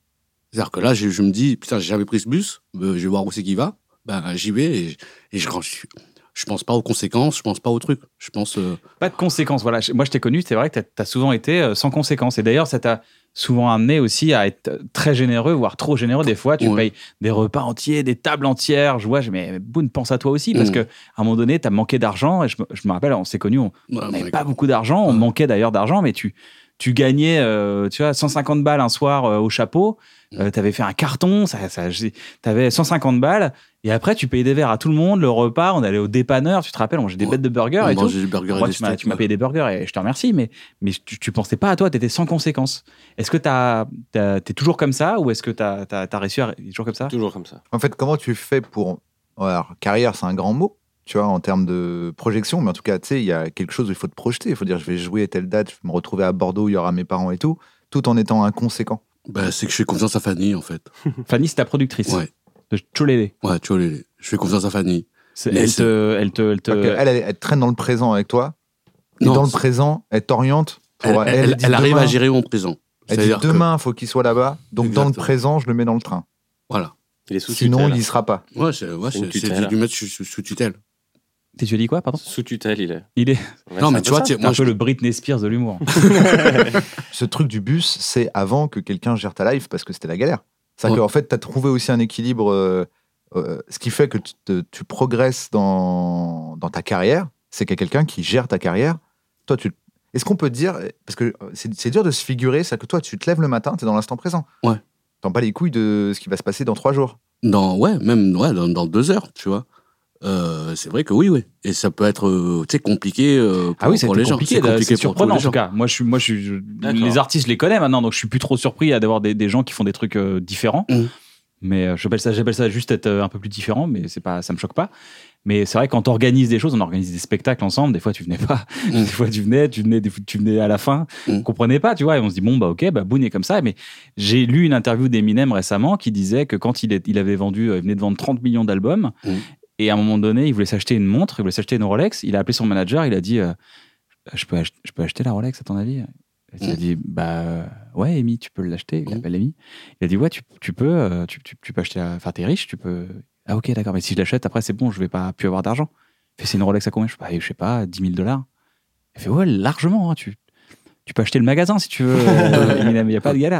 C'est-à-dire que là, je, je me dis, putain, j'ai jamais pris ce bus, euh, je vais voir où c'est qu'il va. Ben, j'y vais et, et je, je, je pense pas aux conséquences, je pense pas aux trucs. Je pense. euh, Pas de conséquences. Voilà. Moi, je t'ai connu, c'est vrai que tu as souvent été euh, sans conséquences. Et d'ailleurs, ça t'a souvent amené aussi à être euh, très généreux, voire trop généreux. Des fois, tu Ouais. payes des repas entiers, des tables entières. Je vois, je, mais Boone, pense à toi aussi. Parce Mm. que à un moment donné, tu as manqué d'argent. Et je, me- je me rappelle, on s'est connus, on voilà, n'avait mon pas gars. beaucoup d'argent. On Ouais. manquait d'ailleurs d'argent, mais tu, tu gagnais euh, tu vois, 150 balles un soir euh, au chapeau. Mm. tu avais fait un carton, ça, ça, tu avais 150 balles. Et après, tu payais des verres à tout le monde, le repas. On allait au dépanneur, tu te rappelles, on mangeait des Ouais. bêtes de burgers On et tout. mangeait du burger et Moi, des tu m'as steaks, euh, tu m'as ouais. payé des burgers et je te remercie, mais, mais tu, tu pensais pas à toi, tu étais sans conséquence. Est-ce que tu es toujours comme ça ou est-ce que tu as, réussi à être toujours comme ça Toujours comme ça. En fait, comment tu fais pour. Alors, carrière, c'est un grand mot, tu vois, en termes de projection, mais en tout cas, tu sais, il y a quelque chose où il faut te projeter. Il faut dire, je vais jouer à telle date, je vais me retrouver à Bordeaux, il y aura mes parents et tout, tout en étant inconséquent. Ben, c'est que je fais confiance à Fanny, en fait. Fanny, c'est ta productrice Ouais, de Cholélé. ouais, tu vois, les- je fais confiance à Fanny. C'est- Mais Elle c'est- te. Elle te, elle te- Parce que Elle, elle, elle traîne dans le présent avec toi, et Non, dans le c'est- présent, elle t'oriente. pour- elle, elle- dit elle arrive demain- à gérer mon présent. Elle dit C'est-à-dire que- demain, faut qu'il soit là-bas, donc dans le Exactement. présent, je le mets dans le train. Voilà. Il est sous Sinon, tutelle. il y sera pas. Ouais, c'est ouais, Sous c'est- c'est tutelle. du mettre sous, sous- sous tutelle. T'es- Tu as dit quoi, pardon Sous tutelle, il est. Il est. Ouais, non, c'est mais un peu tu vois, ça. tiens, C'est un moi, peu le Britney Spears de l'humour. ce truc du bus, c'est avant que quelqu'un gère ta life parce que c'était la galère. C'est Ouais. qu'en fait, tu as trouvé aussi un équilibre, euh, euh, ce qui fait que tu, te- tu progresses dans, dans ta carrière, c'est qu'il y a quelqu'un qui gère ta carrière. Toi, tu. Est-ce qu'on peut dire, parce que euh, c'est c'est dur de se figurer, c'est que toi, tu te lèves le matin, tu es dans l'instant présent. Ouais. T'en pas les couilles de ce qui va se passer dans trois jours. dans, ouais, même ouais, dans, dans deux heures, tu vois. Euh, c'est vrai que oui, oui. Et ça peut être euh, tu sais, compliqué euh, pour, Ah oui, pour c'était les gens. compliqué, pour de- c'est tous surprenant en les tout gens. cas. Moi, je suis, moi, je, suis- je- D'accord. les artistes, je les connais maintenant, donc je suis plus trop surpris à d'avoir des, des gens qui font des trucs euh, différents. Mm. Mais euh, j'appelle ça, j'appelle ça juste être euh, un peu plus différent, mais c'est pas, ça me choque pas. Mais c'est vrai quand on organise des choses, on organise des spectacles ensemble. Des fois, tu venais pas, Mm. des fois tu venais, tu venais, des fois, tu venais à la fin. Mm. On comprenait pas, tu vois. Et on se dit bon bah ok, bah Boone est comme ça. Mais j'ai lu une interview d'Eminem récemment qui disait que quand il, est- il avait vendu, euh, il venait de vendre 30 millions d'albums. Mm. Et à un moment donné, il voulait s'acheter une montre, il voulait s'acheter une Rolex. Il a appelé son manager, il a dit euh, je, peux ach- je peux acheter la Rolex à ton avis Et Il a Mm. dit Bah euh, ouais, Amy, tu peux l'acheter. Il Mm. appelle Amy. Il a dit Ouais, tu, tu peux, euh, tu, tu- tu peux acheter. la- Enfin, t'es riche, tu peux. Ah ok, d'accord, mais si je l'achète, après c'est bon, je vais pas plus avoir d'argent. Il fait C'est une Rolex à combien Je fais, Bah, je sais pas, 10 000 dollars. Il fait Ouais, largement, hein, tu, tu peux acheter le magasin si tu veux. euh, Il n'y a pas de galère.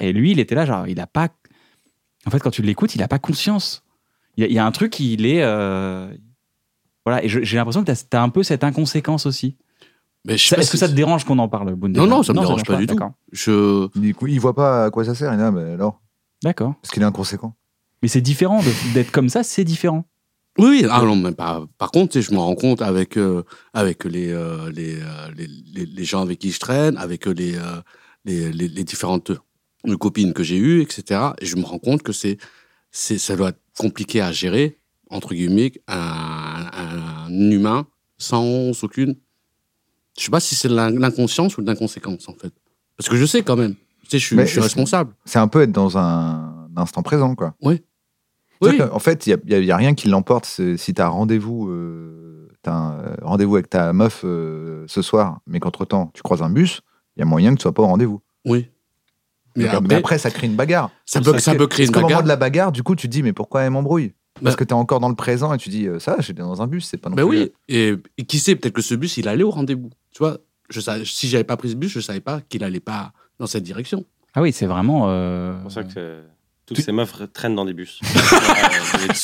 Et lui, il était là, genre, il a pas. En fait, quand tu l'écoutes, il a pas conscience. Il y, a- il y a un truc, il est. euh, Voilà, et je- j'ai l'impression que t'as as un peu cette inconséquence aussi. Mais je sais Ça- pas Est-ce que si- ça te dérange qu'on en parle, Boone déjà non, ça me dérange te pas du tout. d'accord. je... Du coup, il voit pas à quoi ça sert. Il est là, mais alors, D'accord. parce qu'il est inconséquent. Mais c'est différent de- d'être comme ça, c'est différent. Oui, oui. Ah, non, mais par, par contre, tu sais, je me rends compte avec, euh, avec les, euh, les, euh, les, les- les gens avec qui je traîne, avec euh, les, euh, les, les- les différentes euh, copines que j'ai eues, etc. Et je me rends compte que c'est, c'est, ça doit être compliqué à gérer, entre guillemets, un, un humain sans aucune. Je sais pas si c'est de l'in- l'inconscience ou de l'inconséquence, en fait. Parce que je sais quand même. Tu sais, je suis, Mais je suis est-ce- responsable. C'est un peu être dans un instant présent, quoi. Oui. En fait, il n'y a, y a rien qui l'emporte. C'est- Si tu as rendez-vous euh, t'as un, euh, rendez-vous avec ta meuf euh, ce soir, mais qu'entre-temps, tu croises un bus, il y a moyen que tu sois pas au rendez-vous. Oui. Mais Donc, après, mais après, ça crée une bagarre. ça, peut, ça peut créer une Parce qu'au moment bagarre. de la bagarre, du coup, tu te dis, mais pourquoi elle m'embrouille Parce Bah- que tu es encore dans le présent et tu dis, euh, ça, j'étais dans un bus, c'est pas non Ben plus, oui, et, et qui sait, peut-être que ce bus, il allait au rendez-vous. Tu vois, je savais, si j'avais pas pris ce bus, je savais pas qu'il allait pas dans cette direction. Ah oui, c'est vraiment. euh, C'est pour ça que euh, toutes Tu- ces meufs traînent dans des bus.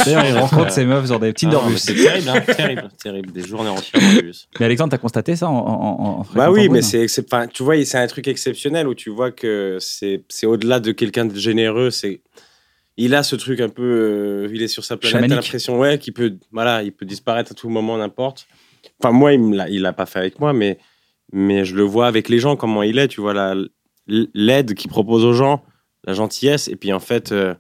D'ailleurs, il rencontre ces meufs sur des petites Tinder bus. C'est terrible, hein, terrible, terrible. Des journées entières dans des bus. Mais Alexandre, t'as constaté ça en, en, en- en Bah fréquentant oui, mais Boone c'est excep- enfin, tu vois, c'est un truc exceptionnel où tu vois que c'est c'est au-delà de quelqu'un de généreux. C'est il a ce truc un peu, euh, il est sur sa planète, t'as Chamanique. l'impression, ouais, qu'il peut, voilà, il peut disparaître à tout moment, n'importe. Enfin, moi, il me l'a, il l'a pas fait avec moi, mais, mais je le vois avec les gens, comment il est, tu vois, la, l'aide qu'il propose aux gens, la gentillesse, et puis en fait, euh,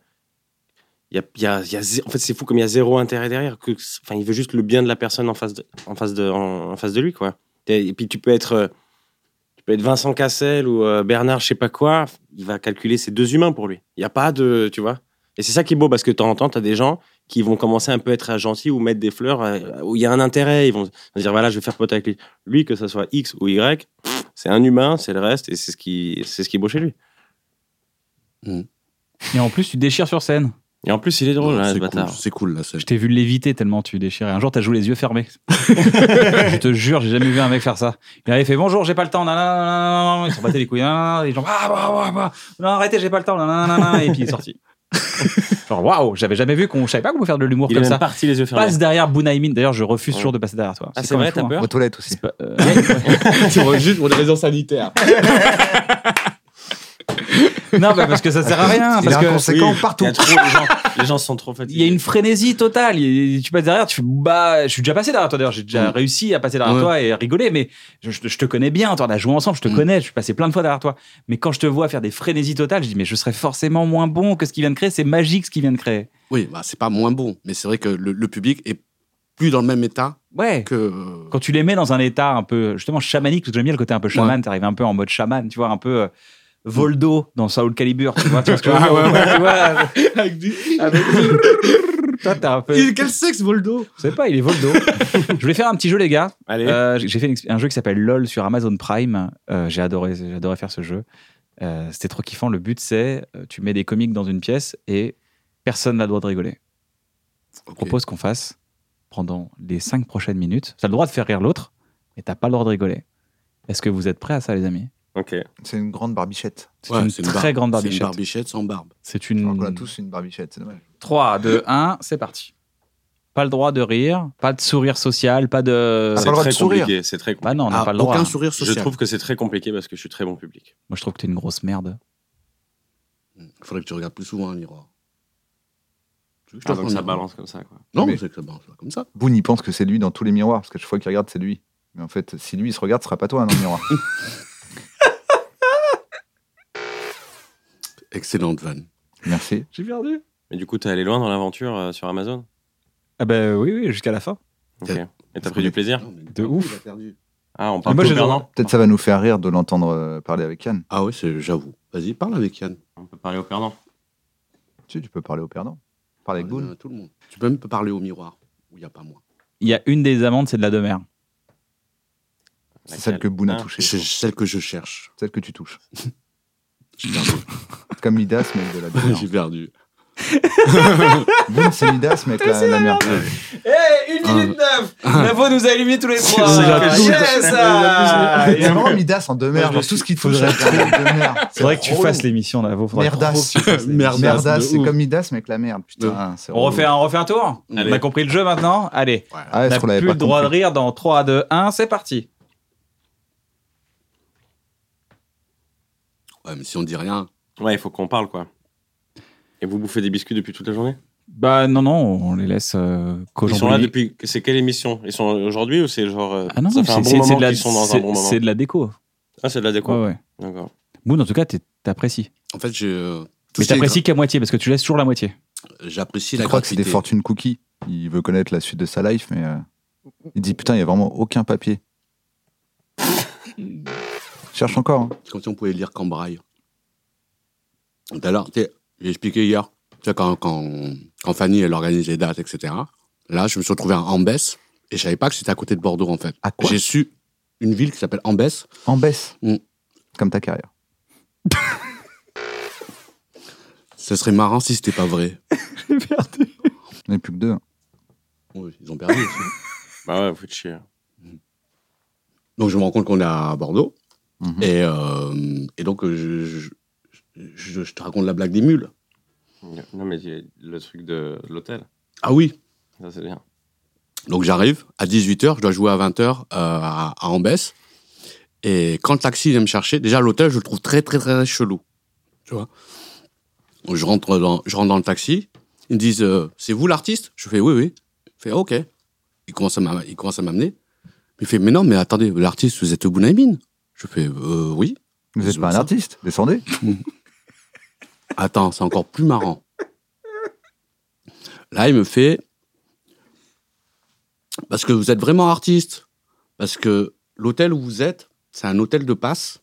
il y a, il y a- il y a zé- en fait, c'est fou comme il y a zéro intérêt derrière. Que, enfin, il veut juste le bien de la personne en face de, en face de, en, en face de lui, quoi. Et, et puis tu peux être, euh, tu peux être Vincent Cassel ou euh, Bernard, je sais pas quoi. Il va calculer ces deux humains pour lui. Il y a pas de, tu vois. Et c'est ça qui est beau parce que de temps en temps, t'as des gens qui vont commencer un peu à être gentils ou mettre des fleurs euh, où il y a un intérêt. Ils vont se dire voilà, je vais faire pote avec lui. Lui, que ça soit X ou Y, pff, c'est un humain, c'est le reste et c'est ce qui, c'est ce qui est beau chez lui. Et en plus, tu déchires sur scène. Et en plus, il est drôle, Non, hein, c'est ce cool, bâtard. C'est cool, là. c'est- Je t'ai vu l'éviter tellement tu déchirais. Un jour, t'as joué les yeux fermés. je te jure, j'ai jamais vu un mec faire ça. Il avait fait bonjour, j'ai pas le temps. nan, nan, nan, nan, nan. Ils se battaient les couilles. nan, nan, nan. Les gens, ah, bah, bah, bah. non, arrêtez, j'ai pas le temps. nan, nan, nan, nan. Et puis il est sorti. Genre, waouh, j'avais jamais vu qu'on. Je savais pas qu'on peut faire de l'humour Il est comme même ça. parti les yeux fermés. Passe derrière Bunaimin. D'ailleurs, je refuse toujours de passer derrière toi. Ah, c'est quand vrai, même t'as fou, hein. peur Aux toilettes aussi. C'est pas- euh, juste pour des raisons sanitaires. non, bah, parce que ça sert à rien. Il est Parce que inconséquent Oui, partout. il y a trop- les, gens, les gens sont trop il y fatigués. a une frénésie totale. Il y a- tu passes derrière, tu fais bah, je suis déjà passé derrière toi d'ailleurs, j'ai déjà Mm. réussi à passer derrière Ouais. toi et à rigoler, mais je, je- je te connais bien, toi, on a joué ensemble, je te Mm. connais, je suis passé plein de fois derrière toi. Mais quand je te vois faire des frénésies totales, je dis mais je serais forcément moins bon que ce qu'il vient de créer, c'est magique ce qu'il vient de créer. Oui, bah, c'est pas moins bon, mais c'est vrai que le, le public est plus dans le même état Ouais. que. euh, Quand tu les mets dans un état un peu justement chamanique, parce que j'aime bien le côté un peu chaman, t'arrives un peu en mode chaman, tu vois, un peu euh, Voldo dans Saul Calibur, tu vois, tu vois ce que je veux dire, tu vois, Avec du... toi, t'as un peu- Quel sexe, Voldo Je sais pas, il est Voldo. je voulais faire un petit jeu, les gars. Allez. Euh, j'ai fait une exp- un jeu qui s'appelle LOL sur Amazon Prime. Euh, j'ai adoré, j'ai adoré faire ce jeu. Euh, C'était trop kiffant. Le but, c'est euh, tu mets des comiques dans une pièce et personne n'a le droit de rigoler. ok. Je propose qu'on fasse pendant les cinq prochaines minutes. T'as le droit de faire rire l'autre, mais t'as pas le droit de rigoler. Est-ce que vous êtes prêts à ça, les amis Ok. C'est une grande barbichette. C'est Ouais, une c'est très grande barbe. C'est une barbichette. barbichette sans barbe. C'est Hmm. Alors une. qu'on a tous une barbichette, c'est dommage. 3, 2, 1, c'est parti. Pas le droit de rire, pas de sourire social, pas de. Ah, C'est le droit très de sourire. compliqué. C'est très compliqué. Bah non, on n'a Ah, pas le droit. aucun sourire Je social. trouve que c'est très compliqué parce que je suis très bon public. Moi, je trouve que t'es une grosse merde. Il Hmm. faudrait que tu regardes plus souvent un miroir. Tu veux que je te Ah, prenne donc un ça miroir balance comme ça. Quoi. Non, Mais- mais c'est que ça balance pas comme ça. Boone, il pense que c'est lui dans tous les miroirs, parce que chaque fois qu'il regarde, c'est lui. Mais en fait, si lui, il se regarde, ce sera pas toi hein, dans le miroir. Excellente vanne. Merci. J'ai perdu. Mais du coup, t'es allé loin dans l'aventure euh, sur Amazon. Ah ben oui, oui, jusqu'à la fin. Ok. T'as- Et t'as pris du plaisir. De ouf. Ah, on Mais parle moi, de j'ai le Pernand. Peut-être ça va nous faire rire de l'entendre euh, parler avec Yann. Ah oui, c'est- j'avoue. Vas-y, parle avec Yann. On peut parler au Pernand. Tu, tu peux parler au perdant. Parler avec Parle Boone. à tout le monde. Tu peux même parler au miroir, où il n'y a pas moi. Il y a une des amendes, c'est de la demeure. C'est celle que Boone a Ah. touchée. C'est celle que je cherche. Celle que tu touches. J'ai perdu. C'est Comme Midas, mais avec de la J'ai demeure. perdu. Boone, c'est Midas, mais avec la, la merde. Eh, une Ah, minute neuf Navo nous a allumés tous les trois Yes, ah. C'est vraiment Midas en demeure. Genre, tout ce qu'il te faudrait. C'est vrai que tu fasses l'émission, là. Merdas. Merdas, Merdas, de c'est ouf. comme Midas, mais avec la merde. Putain, c'est On refait, un, on refait un tour Allez. On a compris le jeu maintenant Allez, Ah, on est-ce n'a qu'on plus l'avait le pas droit de compris rire dans 3, 2, 1, c'est parti. Ouais, mais si on dit rien, Ouais, il faut qu'on parle quoi. Et vous bouffez des biscuits depuis toute la journée Bah non, non, on les laisse euh, qu'aux Ils gens sont là publics. depuis. C'est quelle émission Ils sont aujourd'hui ou c'est genre. euh, Ah non, ça c'est fait c'est- un bon c'est moment de, la- qu'ils sont dans un c'est- bon moment. c'est de la déco. Ah, c'est de la déco. Ouais, ouais. D'accord. Moon, en tout cas, t'es- t'apprécies. en fait, j'ai. euh, Mais tout ce qui est t'apprécies qu'à moitié, parce que tu laisses toujours la moitié. gra- J'apprécie Je la crois que c'est gratuité. des fortunes cookies. Il veut connaître la suite de sa life, mais euh, il dit putain, il n'y a vraiment aucun papier. Cherche encore. hein. C'est comme si on pouvait lire qu'en braille. Tout à l'heure, tu sais, j'ai expliqué hier, tu sais, quand, quand, quand Fanny, elle organise les dates, etc. Là, je me suis retrouvé à Ambès et je savais pas que c'était à côté de Bordeaux, en fait. À quoi J'ai su une ville qui s'appelle Ambès. En baisse. Mm. Comme ta carrière. Ce serait marrant si c'était pas vrai. On n'est plus que deux. hein. Oui, ils ont perdu aussi. Bah ouais, vous chier. Donc, je me rends compte qu'on est à Bordeaux. Mhm. Et, euh, et donc, euh, je, je, je- je te raconte la blague des mules. Non, mais il y a le truc de l'hôtel. Ah oui, Ça, c'est bien. Donc j'arrive à 18h, je dois jouer à 20h à, à Ambès. Et quand le taxi vient me chercher, déjà l'hôtel, je le trouve très très très, très chelou. Tu vois Donc, je rentre dans, je rentre dans le taxi. Ils me disent euh, C'est vous l'artiste Je fais Oui, oui. Il fait Ok. Il commence à m'am- il commence à m'amener. Il fait Mais non, mais attendez, l'artiste, vous êtes Bounaïmin Je fais Euh, Oui. Vous n'êtes pas un artiste, descendez. Attends, c'est encore plus marrant. Là, il me fait parce que vous êtes vraiment artiste, parce que l'hôtel où vous êtes, c'est un hôtel de passe.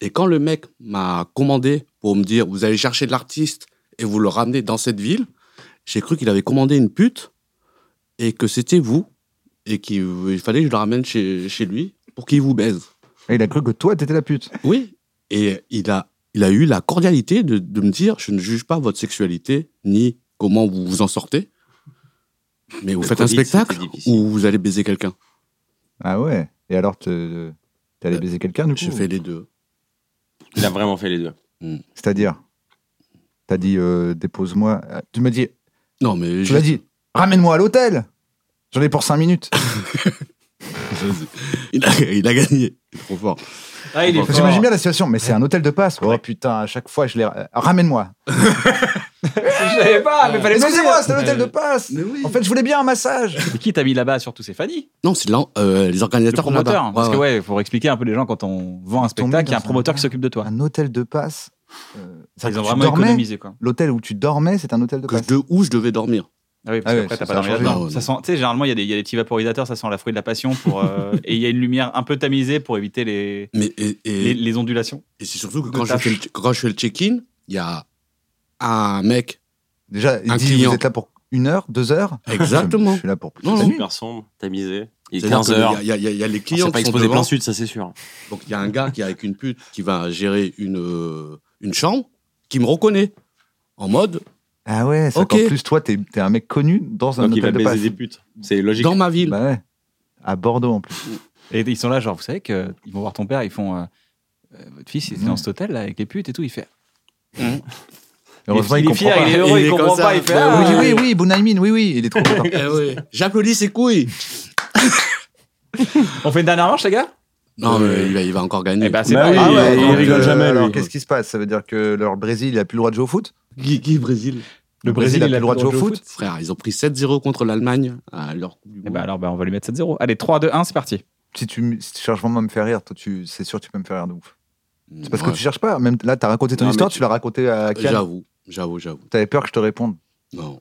Et quand le mec m'a commandé pour me dire vous allez chercher de l'artiste et vous le ramenez dans cette ville, j'ai cru qu'il avait commandé une pute et que c'était vous et qu'il il fallait que je le ramène chez, chez lui pour qu'il vous baise. Et il a cru que toi, t'étais la pute. Oui, et il a, il a eu la cordialité de, de me dire je ne juge pas votre sexualité ni comment vous vous en sortez, mais vous Le faites un Covid, spectacle c'était difficile. où vous allez baiser quelqu'un. Ah ouais. Et alors, te- t'es allé Euh, baiser quelqu'un, du coup Je fais les deux. Il a vraiment fait les deux. C'est-à-dire T'as dit, euh, dépose-moi. Euh, Tu m'as dit, Non, mais tu m'as dit, ramène-moi à l'hôtel J'en ai pour 5 minutes. il, a, il a gagné. Il est Trop fort. Ah, il est Parce J'imagine bien la situation, mais c'est un hôtel de passe. Oh putain, à chaque fois, je les. euh, Ramène-moi. Je savais pas, mais fallait Excusez-moi, c'est l'hôtel de passe. En fait, je voulais bien un massage. Et qui t'a mis là-bas surtout C'est Fanny, Non, c'est l'en- euh, les le organisateurs promoteur. là-bas. Ouais, parce que ouais. ouais, faut expliquer un peu les gens quand on vend un spectacle, il y a un dans un promoteur bar. qui s'occupe de toi. Un hôtel de passe. euh, ça Ils que ont tu vraiment dormais, économisé quoi. L'hôtel où tu dormais, c'est un hôtel de Que passe. je- de où je devais dormir. Ah oui, Ah parce ouais, qu'après, t'as ça, pas ça a dormi changé. là-dedans. Non, Ça non. sent- Tu sais, généralement, il y, a des- il y a des petits vaporisateurs, ça sent la fruit de la passion. Pour, euh, et il y a une lumière un peu tamisée pour éviter les, Mais, et, et- les, les ondulations. et c'est surtout que de quand je, tâches. fais le, quand je fais le check-in, il y a un mec. Déjà, il Un dit, client. vous êtes là pour une heure, deux heures Exactement. Je suis là pour plus Non, de non. la nuit. super sombre, tamisé. Il est C'est-à-dire 15 que Ah, heures. Il y a- il y, a- il y a les On clients s'est pas qui sont exposé devant. plein sud, ça c'est sûr. Donc il y a un gars qui est avec une pute qui va gérer une, euh, une chambre, qui me reconnaît. En mode, Ah ouais, c'est Ok. encore plus toi, t'es t'es un mec connu dans un Donc il va hôtel de baiser passe. des putes. C'est logique. dans ma ville. Bah ouais. À Bordeaux en plus. Et ils sont là, genre, vous savez qu'ils vont voir ton père, ils font. euh, euh, votre fils, il était Ouais. dans cet hôtel là avec les putes et tout. Il fait. Heureusement, il, il est comprend fier, pas. il est heureux, Il il est comme comprend ça. pas. Il fait. Bah ah, Oui, oui, oui, Bounaïmin, oui, oui, il est trop content. Eh ouais, J'applaudis ses couilles. On fait une dernière manche, les gars Non, mais il va, il va encore gagner. Eh ben, c'est Bah pas oui, grave. il- donc, il rigole euh, jamais, lui. Alors, qu'est-ce qui se passe Ça veut dire que leur Brésil, il a plus le droit de jouer au foot Guy, Guy Brésil. Le Brésil, il a plus le droit de jouer au foot Frère, ils ont pris 7-0 contre l'Allemagne à leur Coupe du Eh Monde. ben alors, ben, on va lui mettre 7-0. Allez, 3, 2, 1, c'est parti. si tu, me- si tu cherches vraiment à me faire rire, toi, tu, c'est sûr que tu peux me faire rire de ouf. C'est parce Ouais, que tu cherches pas. Même là, t'as raconté ton Non, mais histoire, tu- tu, l'as raconté à Kian. J'avoue, j'avoue, j'avoue. T'avais peur que je te réponde. Non.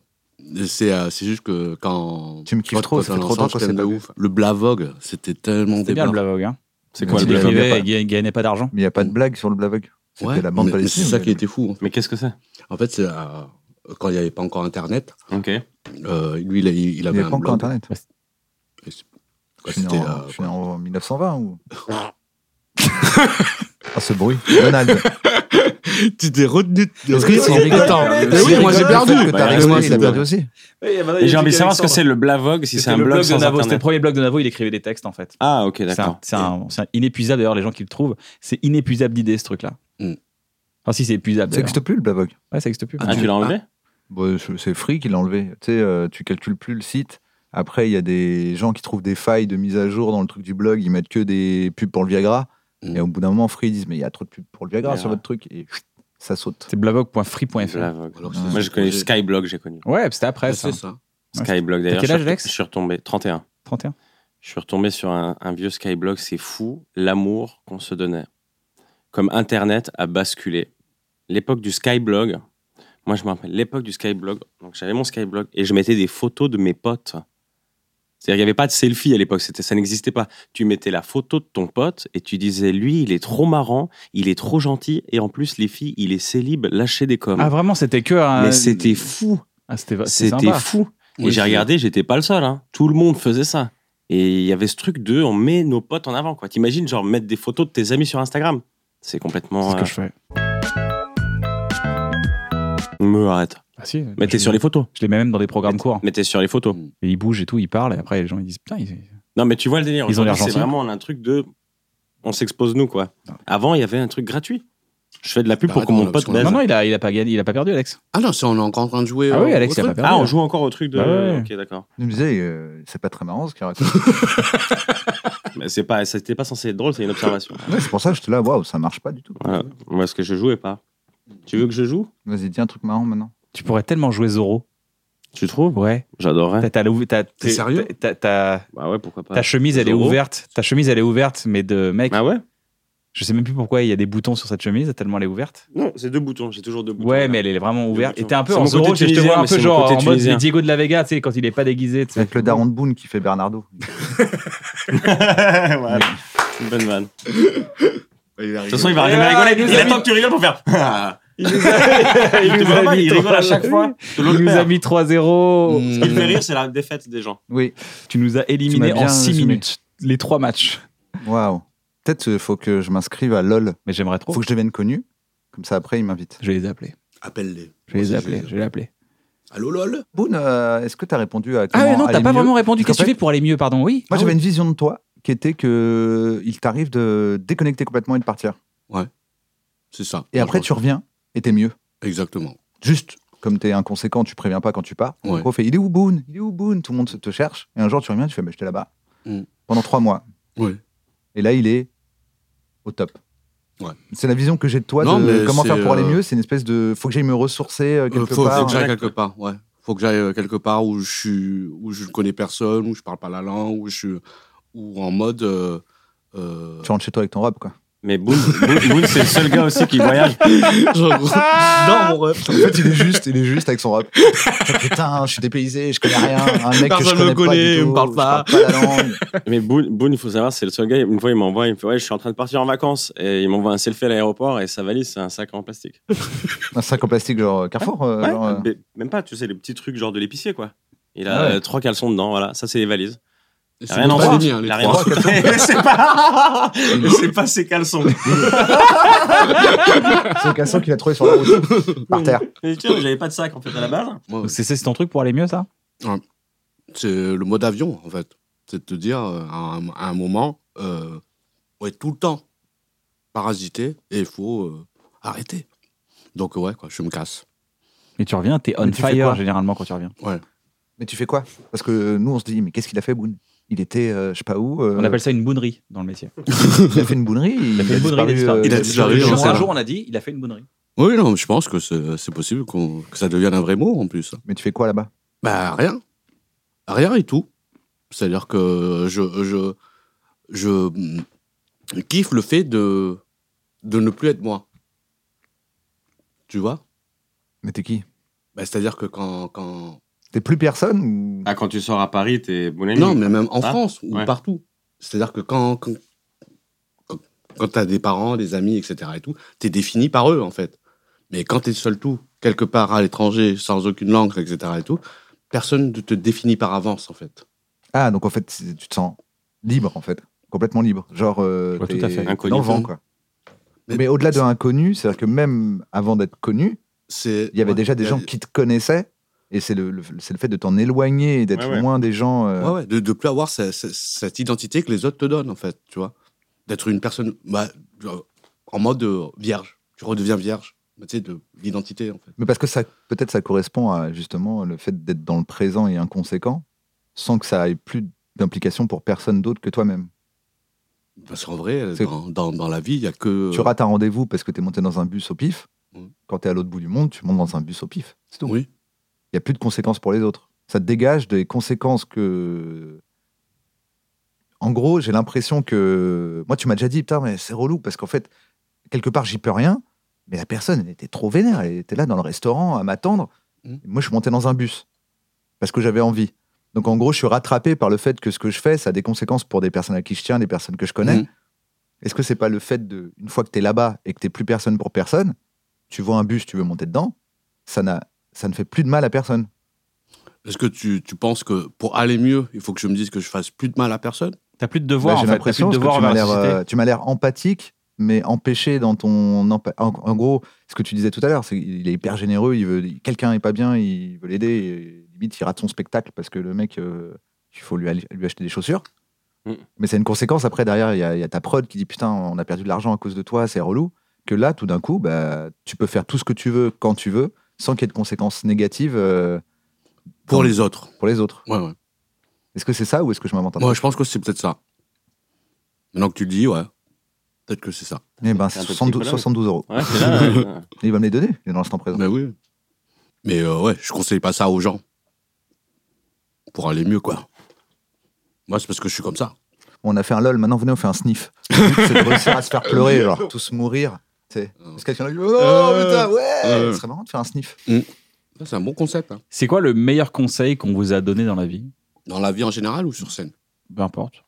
C'est euh, c'est juste que quand. Tu me kiffes quand- trop, quand ça on fait est trop ensemble, longtemps je qu'on t'aime s'est de pas ouf. Le Blavog, c'était tellement C'est bien le débile. blavogue. Hein. C'est Ouais, quoi il est le Il bluff arrivé. arrivait et il gagnait pas d'argent. Mais il n'y a pas de blague sur le Blavug. C'était Ouais, la bande mais- mais palestinienne. C'est ça mais- qui était fou. Mais qu'est-ce que c'est En fait, c'est euh, quand il n'y avait pas encore Internet, Ah, Ok. euh, lui, il, a- il Il avait n'y avait un pas encore blog. Internet. Je Ouais, euh, suis né c'était, en, euh, je suis né en 1920 ou Ah, ce bruit. Donald. Tu t'es retenu. Est-ce que c'est rigolo Attends, Est-ce mais que oui, c'est moi j'ai rigolo perdu. le fait que t'as Bah, rigolé, moi, il a c'est perdu aussi. Et j'ai envie de savoir ce que c'est le Blavog, si c'est un le blog blog de sans Navo. C'était le internet. premier blog de Navo. Il écrivait des textes en fait. Ah, ok, C'est un, d'accord. c'est un- c'est un inépuisable d'ailleurs, les gens qui le trouvent, c'est inépuisable d'idées ce truc-là. Mm. Enfin, si c'est épuisable. Ça d'ailleurs. n'existe plus le Blavog. Ouais, ça existe plus. Ah, tu l'as enlevé Bon, je- Bah, c'est Free qui l'a enlevé. Tu sais, euh, tu calcules plus le site. Après, il y a des gens qui trouvent des failles de mise à jour dans le truc du blog. Ils mettent que des pubs pour le Viagra. Mm. Et au bout d'un moment, Free ils disent Mais il y a trop de pubs pour le Viagra Ouais. sur votre truc. Et chut, ça saute. C'est blavog.free.fr. Blavog. Alors, Ouais. c'est- Moi, je connais Skyblog, j'ai connu. Ouais, c'était après Bah, Ouais, ça. C'est ça. Ouais, Skyblog, d'ailleurs. quel je âge, suis- Lex Je suis retombé. 31. 31. Je suis retombé sur un, un vieux Skyblog, c'est fou l'amour qu'on se donnait. Comme Internet a basculé. L'époque du Skyblog, moi je me rappelle, l'époque du Skyblog, donc j'avais mon Skyblog et je mettais des photos de mes potes. C'est-à-dire qu'il n'y avait pas de selfie à l'époque, c'était- ça n'existait pas. Tu mettais la photo de ton pote et tu disais, lui, il est trop marrant, il est trop gentil et en plus, les filles, il est célib, lâchez des coms. Ah, vraiment, c'était que. un- Mais c'était fou. Ah, c'était c'est C'était sympa. fou. Et Oui, j'ai c'est- regardé, j'étais pas le seul. hein. Tout le monde faisait ça. Et il y avait ce truc de on met nos potes en avant. quoi. T'imagines, genre, mettre des photos de tes amis sur Instagram C'est C'est complètement. ce que je fais. euh, Me arrête. Ah, si. Mettez je- sur les photos. Je les mets même dans des programmes courts. Mettez sur les photos. Et ils bougent et tout, ils parlent, et après les gens ils disent Putain, ils- Non, mais tu vois le délire. Ils ont l'air Aujourd'hui, C'est gentils. vraiment un truc de. On s'expose nous, quoi. Avant, il y avait un truc gratuit. Je fais de la pub Bah, pour que attends, mon là, pote parce qu'on a- baise. Non, non, il a, il, a pas gagné, il a pas perdu, Alex. Ah non, c'est on est encore en train de jouer. Ah euh, oui, au Alex, il a truc. pas perdu. Ah, on joue encore au truc de. Bah ouais. Ok, d'accord. Il me disait euh, C'est pas très marrant ce qu'il raconte. Mais c'est pas, c'était pas censé être drôle, c'est une observation. Ouais, c'est pour ça que je te là, waouh, ça marche pas du tout. Voilà. Moi, ce que je jouais pas. Tu veux que je joue Vas-y, dis un truc marrant maintenant. Tu pourrais tellement jouer Zoro. Tu trouves Ouais. J'adorerais. T'as- t'as la- t'as- t'es- sérieux t'as- t'as- Bah ouais, pourquoi pas. Ta chemise, elle est Zoro. ouverte. Ta chemise, elle est ouverte, mais de mec. Ah ouais Je sais même plus pourquoi il y a des boutons sur cette chemise, tellement elle est ouverte. Non, c'est deux boutons. J'ai toujours deux boutons. Ouais, là. mais elle est vraiment ouverte. boutons. Et t'es un peu C'est en mon côté Zoro, je te tunisien, vois un peu mais c'est mon genre côté en mode tunisien. Diego de la Vega, tu sais, quand il est pas déguisé. tu sais. Avec le Daron de Boone qui fait Bernardo. voilà. Une bonne vanne. De De toute façon, il va arriver à Ah, il rigoler. nous Il a attend mis- que tu rigoles pour faire. Ah. Il te nous voit a pas, mis il rigole à 3-0. chaque fois. Il nous a mis Hmm. 3-0. Ce qui me fait rire, c'est la défaite des gens. Oui. Hmm. Tu nous as éliminé Tu m'as en bien 6 résumé. minutes les trois matchs. Waouh. Peut-être euh, faut que je m'inscrive à LOL. Mais j'aimerais trop. Faut que je devienne connu. Comme ça, après, il m'invite. Je vais les appeler. Appelle-les. Je vais les appeler. Je vais les appeler. Allô, lol Boone, euh, est-ce que t'as répondu à Ah comment ouais, non, aller t'as pas mieux vraiment répondu. Parce Qu'est-ce que qu'en tu fais pour aller mieux, pardon Oui. Ah Moi, j'avais oui. une vision de toi qui était que euh, il t'arrive de déconnecter complètement et de partir. C'est ça. Et après, tu reviens et t'es mieux. Exactement. Juste, comme t'es inconséquent, tu préviens pas quand tu pars. Ouais. Donc, on fait, il est où Boone Il est où Boone Tout le monde se- te cherche. Et un jour, tu reviens, tu fais, mais j'étais là-bas. Mm. Pendant trois mois. Ouais. Et là, il est au top. Ouais. C'est la vision que j'ai de toi Non, de mais comment c'est, faire pour aller euh, mieux. C'est une espèce de. Faut que j'aille me ressourcer euh, Euh, quelque faut, faut part. que j'aille quelque part, ouais. Faut que j'aille euh, quelque part où je suis, où je ne connais personne, où je parle pas la langue, où je suis, ou en mode. euh, euh, Tu rentres chez toi avec ton robe, quoi. Mais Boone, Boone- Boone, c'est le seul gars aussi qui voyage. dans mon rêve. En fait, il est juste, il est juste avec son rap. Putain, je suis dépaysé, je connais rien. Un mec que je Personne connais me pas connaît, du tout, on me parle je pas. la langue. Mais Boone, Boone, il faut savoir, c'est le seul gars. Une fois, il m'envoie, il me fait Ouais, je suis en train de partir en vacances. Et il m'envoie un selfie à l'aéroport et sa valise, c'est un sac en plastique. Un sac en plastique, genre Carrefour. euh, Ouais, genre, euh, mais même pas, tu sais, les petits trucs genre de l'épicier, quoi. Il a Ah ouais. euh, trois caleçons dedans, voilà, ça c'est les valises. Ils Rien sont en pas soi. unis, hein, les La trois. rien- c'est pas. c'est pas ses caleçons. Ah. C'est le casson qu'il a trouvé sur la route, par terre. Mais tiens, j'avais pas de sac en fait à la base. Moi, Donc, C'est c'est ton truc pour aller mieux, ça C'est le mode avion, en fait. C'est de te dire, euh, à un, à un moment, euh, on est tout le temps parasité et il faut euh, arrêter. Donc, ouais, quoi, je me casse. Mais tu reviens, t'es on Mais tu fais quoi fire généralement quand tu reviens. Mais tu fais quoi Parce que nous, on se dit, mais qu'est-ce qu'il a fait, Boone Il était, euh, je sais pas où. euh, On appelle ça une bonnerie dans le métier. Il a fait une bounerie. Il a fait une bonnerie, disparu, euh, Il a disparu, Un on jour, sait un pas. jour, on a dit, il a fait une bonnerie. Oui, non, je pense que c'est c'est possible qu'on- que ça devienne un vrai mot, en plus. hein. euh, Mais tu fais quoi là-bas Bah rien. Rien et tout. C'est-à-dire que je, je, je mm, kiffe le fait de, de ne plus être moi. Tu vois Mais t'es qui Bah, C'est-à-dire que quand, quand... T'es plus personne ou... Ah, quand tu sors à Paris, t'es bon Non, mais même en Ah, France ou ouais. partout. C'est-à-dire que quand, quand, quand, quand t'as des parents, des amis, etc. et tout, t'es défini par eux, en fait. Mais quand t'es seul tout, quelque part à l'étranger, sans aucune langue, etc. et tout, personne ne te définit par avance, en fait. Ah, donc en fait, c'est- tu te sens libre, en fait. Complètement libre. Genre, euh, Ouais, tout t'es à fait. dans Incognito. le vent, quoi. Mais, Mais- au-delà de inconnu, c'est-à-dire que même avant d'être connu, C'est- il y avait ouais, déjà des il y a- gens qui te connaissaient. Et c'est le, le- c'est le fait de t'en éloigner et d'être Ouais, ouais. loin des gens. euh, Ouais, ouais, de ne plus avoir ce- ce- cette, identité que les autres te donnent, en fait, tu vois. D'être une personne bah, euh, en mode euh, vierge. Tu redeviens vierge, tu sais, de l'identité, en fait. Mais parce que ça, peut-être ça correspond à justement le fait d'être dans le présent et inconséquent, sans que ça ait plus d'implication pour personne d'autre que toi-même. Parce qu'en vrai, C'est- dans, dans, dans la vie, il n'y a que... Tu rates un rendez-vous parce que tu es monté dans un bus au pif. Euh. Mm. Quand tu es à l'autre bout du monde, tu montes dans un bus au pif. C'est tout. Il Oui, n'y a plus de conséquences pour les autres. Ça te dégage des conséquences que. En gros, j'ai l'impression que. Moi, tu m'as déjà dit, putain, mais c'est relou, parce qu'en fait, quelque part, j'y peux rien, mais la personne, elle était trop vénère. Elle était là dans le restaurant à m'attendre. Mm. Et Moi, je suis monté dans un bus parce que j'avais envie. Donc, en gros, je suis rattrapé par le fait que ce que je fais, ça a des conséquences pour des personnes à qui je tiens, des personnes que je connais. Mm. Est-ce que c'est pas le fait de, une fois que tu es là-bas et que tu plus personne pour personne, tu vois un bus, tu veux monter dedans, ça, n'a, ça ne fait plus de mal à personne. Est-ce que tu, tu penses que pour aller mieux, il faut que je me dise que je fasse plus de mal à personne T'as plus de devoir, Bah, en j'ai fait. T'as plus l'impression de devoir parce que tu m'as, envers la l'air, société. euh, tu m'as l'air empathique, mais empêché dans ton. empa- En, en gros, ce que tu disais tout à l'heure, c'est qu'il est hyper généreux, il veut, quelqu'un est pas bien, il veut l'aider, et limite, il rate son spectacle parce que le mec, euh, il faut lui, aller- lui acheter des chaussures. Mm. Mais c'est une conséquence. Après, derrière, il y, a- il y a ta prod qui dit Putain, on a perdu de l'argent à cause de toi, c'est relou. Que là, tout d'un coup, bah, tu peux faire tout ce que tu veux quand tu veux, sans qu'il y ait de conséquences négatives euh, Pour Non. les autres. pour les autres. Ouais, ouais. Est-ce que c'est ça ou est-ce que je m'invente un Moi, truc je pense que c'est peut-être ça. Maintenant que tu le dis, ouais. Peut-être que c'est ça. Eh ben, C'est un peu 72, psychologue. 72 euros. Ouais, c'est là, euh, Il va me les donner, il est dans l'instant présent. Mais oui. Mais euh, ouais, je conseille pas ça aux gens. Pour aller mieux, quoi. Moi, c'est parce que je suis comme ça. On a fait un lol, maintenant venez, on fait un sniff. Le but, c'est de réussir à se faire Euh, pleurer, genre tous mourir. tu sais. Parce que quelqu'un a dit, oh Euh, putain, ouais euh. Ce serait marrant de faire un sniff. Ça, C'est un bon concept. euh, hein. C'est quoi le meilleur conseil qu'on vous a donné dans la vie Dans la vie en général ou sur scène Peu importe.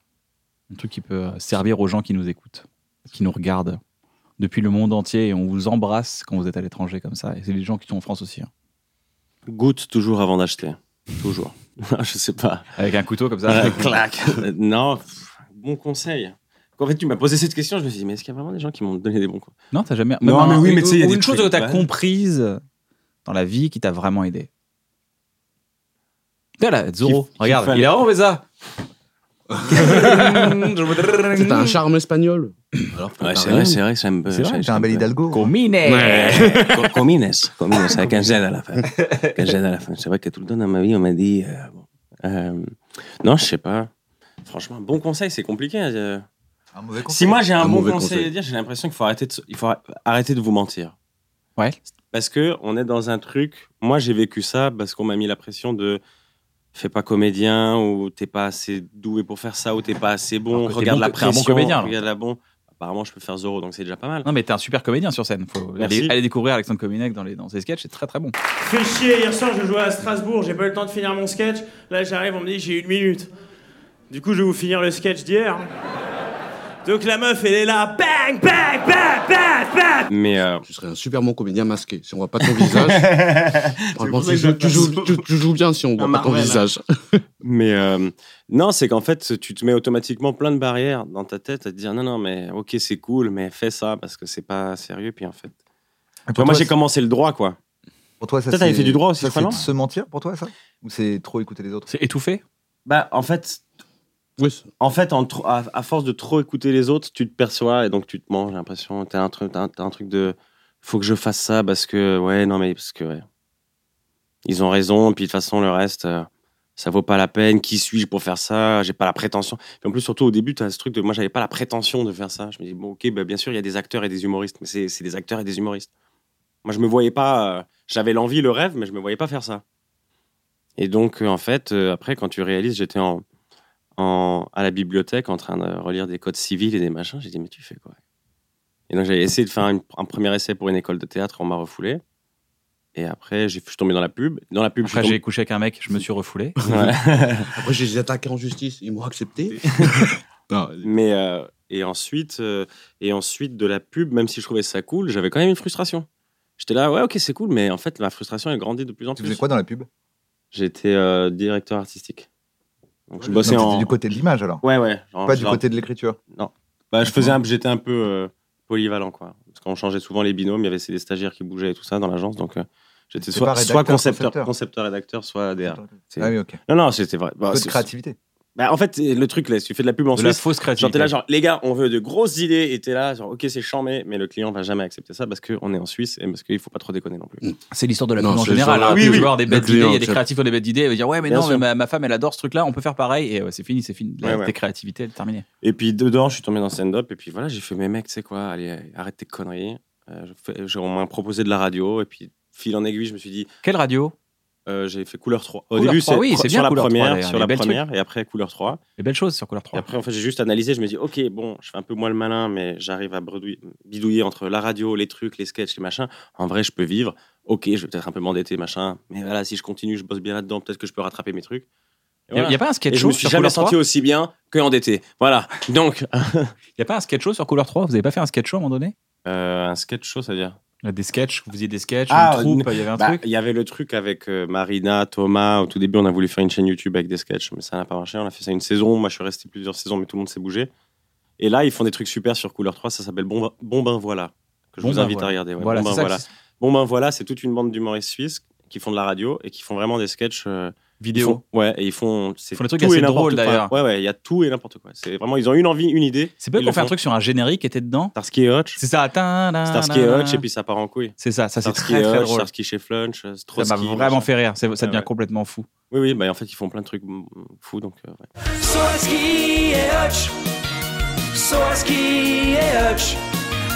Un truc qui peut euh, servir aux gens qui nous écoutent, qui nous regardent depuis le monde entier. Et on vous embrasse quand vous êtes à l'étranger comme ça. Et c'est les gens qui sont en France aussi. hein. Goûte toujours avant d'acheter. Toujours. je sais pas. Avec un couteau comme ça. Euh, clac. Euh, non, pff, bon conseil. En fait, tu m'as posé cette question, je me suis dit, mais est-ce qu'il y a vraiment des gens qui m'ont donné des bons conseils Non, t'as jamais. Non, Même mais oui, mais tu sais, il y a ou des une chose trucs, que t'as ouais. comprise dans la vie qui t'a vraiment aidé. T'as là, Zoro, Qu'il- regarde, qu'il fallait. il a vraiment fait ça. C'est un charme espagnol. Alors, que Ouais, t'as c'est rien. vrai, c'est vrai, ça me. C'est vrai, j'ai un bel Hidalgo. Comine Ouais. Co- Comines, comines, eh, avec un Z à la fin. Avec un Z à la fin. C'est vrai que tout le temps dans ma vie, on m'a dit. euh, bon, euh, non, je sais pas. Franchement, bon conseil, c'est compliqué. euh. Un mauvais Si moi j'ai un, Un bon mauvais conseil, conseil. à dire, j'ai l'impression qu'il faut arrêter de, se- il faut ar- arrêter de vous mentir. Ouais. Parce que on est dans un truc. Moi j'ai vécu ça parce qu'on m'a mis la pression de fais pas comédien ou t'es pas assez doué pour faire ça ou t'es pas assez bon. Alors que t'es Regarde bon- la t'es un bon pression. comédien, alors. regarde la bon. Apparemment je peux faire zéro donc c'est déjà pas mal. Non, mais t'es un super comédien sur scène. Faut Merci. aller, aller découvrir Alexandre Cominec dans, les, dans ses sketchs, c'est très très bon. Fais chier, hier soir je jouais à Strasbourg, j'ai pas eu le temps de finir mon sketch. Là j'arrive, on me dit j'ai une minute. Du coup je vais vous finir le sketch d'hier. Donc la meuf elle est là, bang, bang, bang, bang, bang Mais euh, Tu serais un super bon comédien masqué si on voit pas ton visage. franchement, pour ça tu, que je joues, tu joues- passe. tu- tu joues bien si on voit Un pas ton Marvel, hein. visage. Mais euh, non, c'est qu'en fait, tu te mets automatiquement plein de barrières dans ta tête à te dire non, non, mais ok, c'est cool, mais fais ça parce que c'est pas sérieux. Puis en fait, Pour Tu vois, moi toi, j'ai commencé le droit, quoi. Pour toi, ça, Toi, t'avais c'est- fait du droit aussi, ça, je crois, c'est non de se mentir pour toi, ça Ou c'est trop écouter les autres C'est étouffé Bah, en fait, Oui, c'est- en fait en tro- à, à force de trop écouter les autres, tu te perçois et donc tu te mens. J'ai l'impression, t'as un, truc- t'as un, t'as un truc de faut que je fasse ça parce que, ouais, non, mais parce que, ouais. Ils ont raison, puis de toute façon, le reste, euh, ça vaut pas la peine. Qui suis-je pour faire ça J'ai pas la prétention. Et en plus, surtout au début, t'as ce truc de moi, j'avais pas la prétention de faire ça. Je me dis, bon, ok, bah, bien sûr, il y a des acteurs et des humoristes, mais c'est c'est des acteurs et des humoristes. Moi, je me voyais pas. euh, J'avais l'envie, le rêve, mais je me voyais pas faire ça. Et donc, euh, en fait, euh, après, quand tu réalises, j'étais en, en- à la bibliothèque en train de relire des codes civils et des machins. J'ai dit, mais tu fais quoi Et donc, j'avais essayé de faire une- un premier essai pour une école de théâtre, on m'a refoulé. Et après, j'ai- je suis tombé dans la pub. Dans la pub, je suis Après, tombé- j'ai couché avec un mec, je me suis refoulé. Ouais. Après, j'ai attaqué en justice. Ils m'ont accepté. Non, Mais euh, et ensuite euh, et ensuite de la pub, même si je trouvais ça cool, j'avais quand même une frustration. J'étais là, ouais, ok, c'est cool, mais en fait, ma frustration elle grandit de plus en Tu faisais plus. quoi dans la pub J'étais euh, directeur artistique. Donc je bossais Non, c'était en. du côté de l'image, alors. Ouais, ouais. genre- Pas du genre- côté de l'écriture. Bah, je faisais un, j'étais un peu euh, polyvalent quoi. Parce qu'on changeait souvent les binômes, il y avait ces- des stagiaires qui bougeaient et tout ça dans l'agence, donc euh, C'est j'étais soit, pas rédacteur, soit concepteur, concepteur. concepteur, rédacteur, soit DR. C'est- Ah oui, ok. Non, non, c'était vrai. Bah, Peu de c'est- créativité. bah, en fait, le truc là, si tu fais de la pub en De la Suisse, fausse créativité. Genre, t'es là, genre, les gars, on veut de grosses idées, et t'es là, genre, ok, c'est chambé, mais le client va jamais accepter ça parce qu'on est en Suisse et parce qu'il faut pas trop déconner non plus. C'est l'histoire de la Non, pub en c'est général. sur la- hein. oui, Tu oui. vois, des Le bêtes d'idées, client, il y a des c'est- créatifs qui ont des bêtes d'idées. Elle va dire, ouais, mais Bien non, mais sûr. ma, ma femme, elle adore ce truc-là, on peut faire pareil. Et ouais, c'est fini, c'est fini. La, Ouais, ouais. Tes créativités, elle est terminée. Et puis, dedans, je suis tombé dans stand-up, et puis voilà, j'ai fait, mais mec, tu sais quoi, allez, euh, arrête tes conneries. Euh, je fais- je- on m'a proposé de la radio, et puis, fil en aiguille, je me suis dit, Quelle radio euh, j'ai fait couleur 3. Au Couleur début, 3, c'est oui, pro- c'est bien sur la Couleur 3, première, d'ailleurs, sur les la belles première, et après couleur 3. Les belles choses sur Couleur 3. Et après, en fait, j'ai juste analysé. Je me dis, OK, bon, je fais un peu moins le malin, mais j'arrive à bredouiller- bidouiller entre la radio, les trucs, les sketchs, les machins. En vrai, je peux vivre. OK, je vais peut-être un peu m'endetter, machin. Mais voilà, si je continue, je bosse bien là-dedans, peut-être que je peux rattraper mes trucs. Et Il voilà. n'y a pas un Et sketch je me show suis sur jamais Couleur 3 senti aussi bien que endetté. Voilà. Donc, Il n'y a pas un sketch show sur Couleur 3 Vous n'avez pas fait un sketch show à un moment donné euh, un sketch show, ça veut dire Des sketchs, vous faisiez des sketchs, Ah, une troupe, il y avait un Bah, truc. Il y avait le truc avec euh, Marina, Thomas. Au tout début, on a voulu faire une chaîne YouTube avec des sketchs, mais ça n'a pas marché. On a fait ça une saison. Moi, je suis resté plusieurs saisons, mais tout le monde s'est bougé. Et là, ils font des trucs super sur Couleur 3. Ça s'appelle Bon, Bon Ben Voilà. Que je Bon vous Ben invite Voilà. à regarder. ouais. Voilà, bon, c'est ben ça. voilà. c'est- bon Ben Voilà, c'est toute une bande d'humoristes suisses qui font de la radio et qui font vraiment des sketchs. euh, ils Vidéo. font- ouais, et ils font. c'est Ils font des trucs tout et assez n'importe drôles, quoi. d'ailleurs. Ouais, ouais, il y a tout et n'importe quoi. C'est vraiment, ils ont une envie, une idée. C'est pas ils qu'on le fait un font. truc sur un générique qui était dedans Starsky et Hutch. C'est ça. tadam, Starsky et Hutch, et puis ça part en couille. C'est ça, ça c'est Starsky très et très Hutch, drôle. Starsky chez Flunch, euh, Ça Strozki. m'a machin. vraiment fait rire, c'est- ça Ouais, devient ouais. complètement fou. Oui, oui, bah en fait, ils font plein de trucs mm, fous. Donc, euh, ouais. Soaski et Hutch. Soaski et Dutch.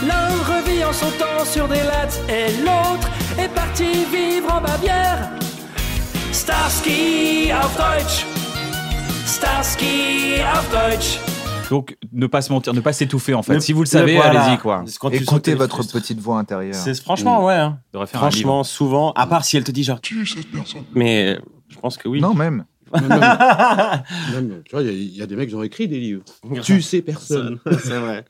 L'un revit en son temps sur des lattes et l'autre est parti vivre en Bavière. Starsky auf Deutsch. Starsky auf Deutsch. Donc, ne pas se mentir, ne pas s'étouffer en fait. Ne- si vous le ne- savez, voilà. allez-y quoi. C'est quand tu sens que Écoutez t'es votre frustré. petite voix intérieure. C'est franchement, ouais. hein. On devrait faire un livre. Franchement, souvent, à part si elle te dit genre, tu Mais euh, je pense que oui. Non, même. Même, même, même, tu vois, il y a- il y, a des mecs qui ont écrit des livres. Tu sais personne. C'est vrai.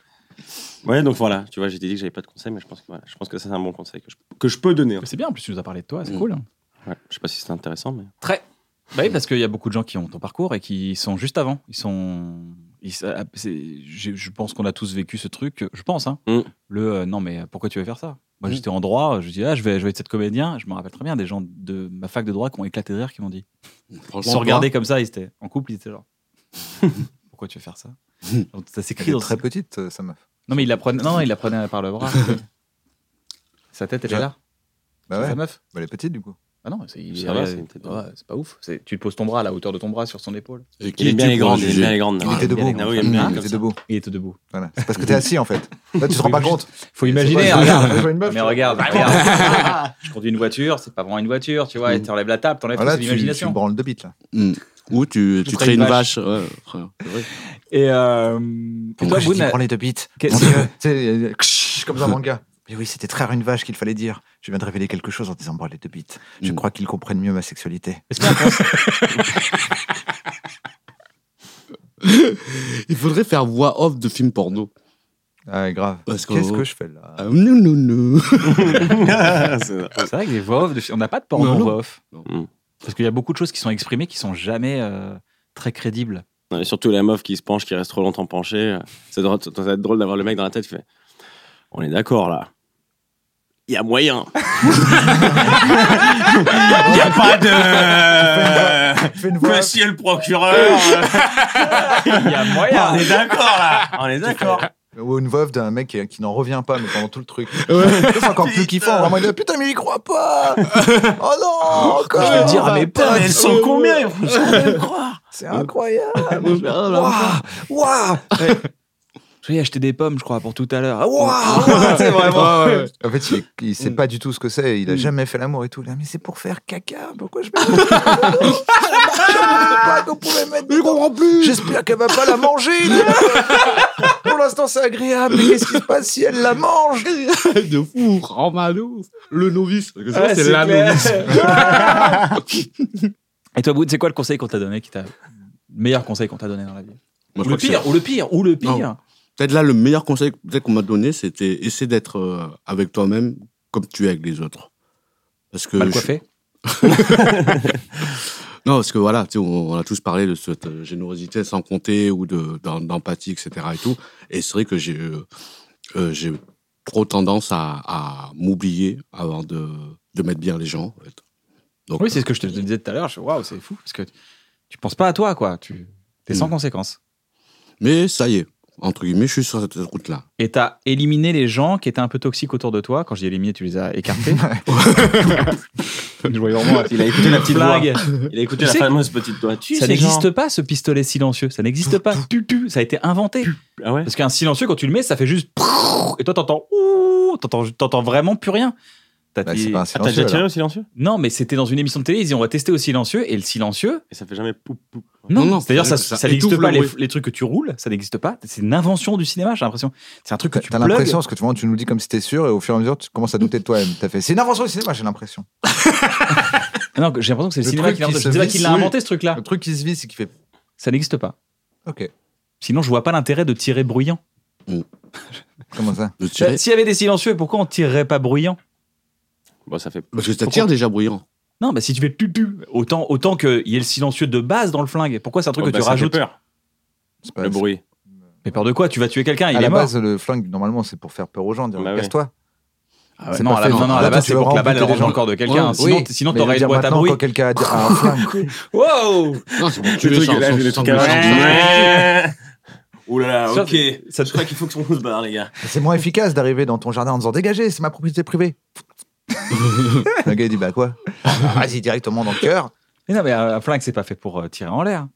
Ouais, donc voilà, tu vois, j'ai dit que j'avais pas de conseil, mais je pense que, voilà, je pense que ça, c'est un bon conseil que je, que je peux donner. hein. C'est bien, en plus tu nous as parlé de toi, c'est Mm. cool. hein. Ouais, je sais pas si c'est intéressant, mais. Bah oui, parce qu'il y a beaucoup de gens qui ont ton parcours et qui sont juste avant. Ils sont. ils se- ah, c'est- Je je pense qu'on a tous vécu ce truc, je pense. Hein. Mm. Le euh, non, mais pourquoi tu veux faire ça Moi, j'étais en droit, je dis ah, je vais, je vais être cette comédien. Je me rappelle très bien des gens de ma fac de droit qui ont éclaté de rire, qui m'ont dit. Ils se Franchement, sont regardés comme ça, ils étaient en couple, ils étaient genre. pourquoi tu veux faire ça Mm. Genre, Ça Elle s'écrit est dans très petite, euh, sa meuf. Non, mais il la prenait, non, il la prenait par le bras. Sa tête, elle est Je- là. Bah sur ouais, Sa meuf. bah, elle est petite du coup. Ah non, c'est il- Ah Ça va, ouais, c'est une tête de- ouais, c'est pas ouf. C'est- Tu poses ton bras à la hauteur de ton bras sur son épaule. Il Et est bien tu les pour grandes, en il est juger bien les grandes. Il était debout. Ah oui, il aime bien Il comme était ça. debout. Il était debout. Voilà. C'est parce que t'es assis en fait. Là, tu te rends pas compte. Faut C'est imaginer. pas- regarde. Je vois une meuf, mais tu vois. regarde, Ah, regarde. je conduis une voiture, c'est pas vraiment une voiture, tu vois. et T'enlèves la table, t'enlèves Voilà, toute Bah, tu, tu l'imagination. branles deux bites là. Mm. Ou tu, tu serais crées une une vache. Ouais, ouais, c'est vrai. Et, euh, et toi, euh, Pourquoi j'ai dit Boone, branler deux bites qu'est- Mon Dieu, tu sais, euh, ksh, comme dans un manga. Mais oui, c'était très rare une vache qu'il fallait dire. Je viens de révéler quelque chose en disant branler deux bites. Je Mm. crois qu'ils comprennent mieux ma sexualité. est-ce qu'un conseil- Il faudrait faire voix off de films porno. Ah, grave. Parce que- Qu'est-ce que je fais là Ah, non, non, non. Ah c'est vrai que les voix off, de fi- on n'a pas de porno Non, non. voix off. Non. Parce qu'il y a beaucoup de choses qui sont exprimées qui sont jamais euh, très crédibles. Ouais, et surtout la meuf qui se penche, qui reste trop longtemps penchée. Ça doit, ça doit être drôle d'avoir le mec dans la tête qui fait On est d'accord là. Il y a moyen. Il n'y a pas de. Je fais une voix. Monsieur le procureur. euh. Il y a moyen. On est d'accord là. On est d'accord. Ou une voix off d'un mec qui, qui n'en revient pas, mais pendant tout le truc. Ça, C'est encore plus kiffant. Vraiment, il dit, putain, mais il croit pas Oh non Encore Je vais dire Ah, à mes potes. Elles sont combien C'est incroyable Ouah. Waouh Je vais acheter des pommes, je crois, pour tout à l'heure. Ah, ouah. C'est vraiment. Ouais, ouais. En fait, il, il sait pas du tout ce que c'est. Il a jamais fait l'amour et tout. Là, mais c'est pour faire caca. Pourquoi je mets Je comprends pas qu'on pouvait mettre. Je comprends plus. J'espère qu'elle va pas la manger. pour l'instant, c'est agréable. Mais qu'est-ce qui se passe si elle la mange de fou, Romano, le novice. Parce que ça, c'est la novice. Et toi, Boone, c'est quoi le conseil qu'on t'a donné qui t'a le meilleur conseil qu'on t'a donné dans la vie Moi, Ou je le crois que c'est- pire, ou le pire, ou le pire. Non. Peut-être là, le meilleur conseil peut-être qu'on m'a donné, c'était essayer d'être euh, avec toi-même comme tu es avec les autres. Parce que Mal je- coiffé. Non, parce que voilà, tu sais, on, on a tous parlé de cette euh, générosité sans compter ou de- d'en- d'empathie, etc. Et, tout. et c'est vrai que j'ai euh, euh, j'ai trop tendance à, à m'oublier avant de, de mettre bien les gens. en fait. Donc, Oui, c'est ce que je te disais tout à l'heure. Je- Waouh, c'est fou parce que tu- tu penses pas à toi, quoi. Tu es sans Mm. conséquence. Mais ça y est, entre guillemets, je suis sur cette route-là. Et t'as éliminé les gens qui étaient un peu toxiques autour de toi. Quand je dis éliminé, tu les as écartés. Je voyais vraiment. Il a écouté la petite voix. Flag. Il a écouté Tu la sais- fameuse petite voix. Tu Ça sais, genre- n'existe pas ce pistolet silencieux. Ça n'existe pas. Tu, tu. Ça a été inventé. Ah ouais Parce qu'un silencieux, quand tu le mets, ça fait juste. prrrr, Et toi, t'entends. ouh, T'entends, t'entends vraiment plus rien. T'as Bah, dit- C'est pas un Ah, t'as silencieux. déjà tiré alors. au silencieux Non, mais c'était dans une émission de télé. Ils disaient on va tester au silencieux. Et le silencieux, Et Bah, ça fait jamais poup poup. Non, Non, non, c'est-à-dire ça, c'est-à-dire ça, que ça n'existe étouffe pas le les, bruit. les trucs que tu roules, ça n'existe pas. C'est une invention du cinéma, j'ai l'impression. C'est un truc que T'as tu t'as plugues. l'impression, parce que tu, vois, tu nous le dis comme si t'es sûr, et au fur et à mesure, tu commences à douter de toi-même. T'as fait, c'est une invention du cinéma, j'ai l'impression. Ah Non, j'ai l'impression que c'est le, Le cinéma truc qui l'a qui inventé. se C'est vrai visse, qu'il l'a oui. inventé ce truc-là. Le truc qui se vit, c'est qu'il fait, Ça n'existe pas. ok, Sinon, je vois pas l'intérêt de tirer bruyant. comment ça De tirer. S'il y avait des silencieux, pourquoi on tirerait pas bruyant Bon, ça fait. Parce que ça tire déjà bruyant. Non, bah si tu fais tutu, autant autant que il y ait le silencieux de base dans le flingue. Pourquoi c'est un truc Oh, que bah, tu ça fait rajoutes peur, C'est pas- Le bruit. Mais peur de quoi Tu vas tuer quelqu'un, il à est la mort. base, le flingue, normalement, c'est pour faire peur aux gens, dire Bah ouais. casse-toi. Ah ouais, c'est non, pas à la, fait. non, non, à la Attends, base, tu c'est vas pour que la vraiment balle elle buter des rentre gens. encore de quelqu'un. Ouais, sinon, oui. t- sinon, Mais t'aurais je une veux dire, boîte à maintenant, bruit. Quand quelqu'un a dit- a un flingue, Wow Non, c'est pour tuer truc, sans, là, je sans, sans, vais sans, te calmer. Ouh là là, Ça, ok. ça- Je crois qu'il faut que qu'on se barre, les gars. c'est moins efficace d'arriver dans ton jardin en disant dégagez, c'est ma propriété privée. le gars il dit bah quoi Vas-y directement dans le cœur. euh, Mais non, mais un un flingue, c'est pas fait pour euh, tirer en l'air.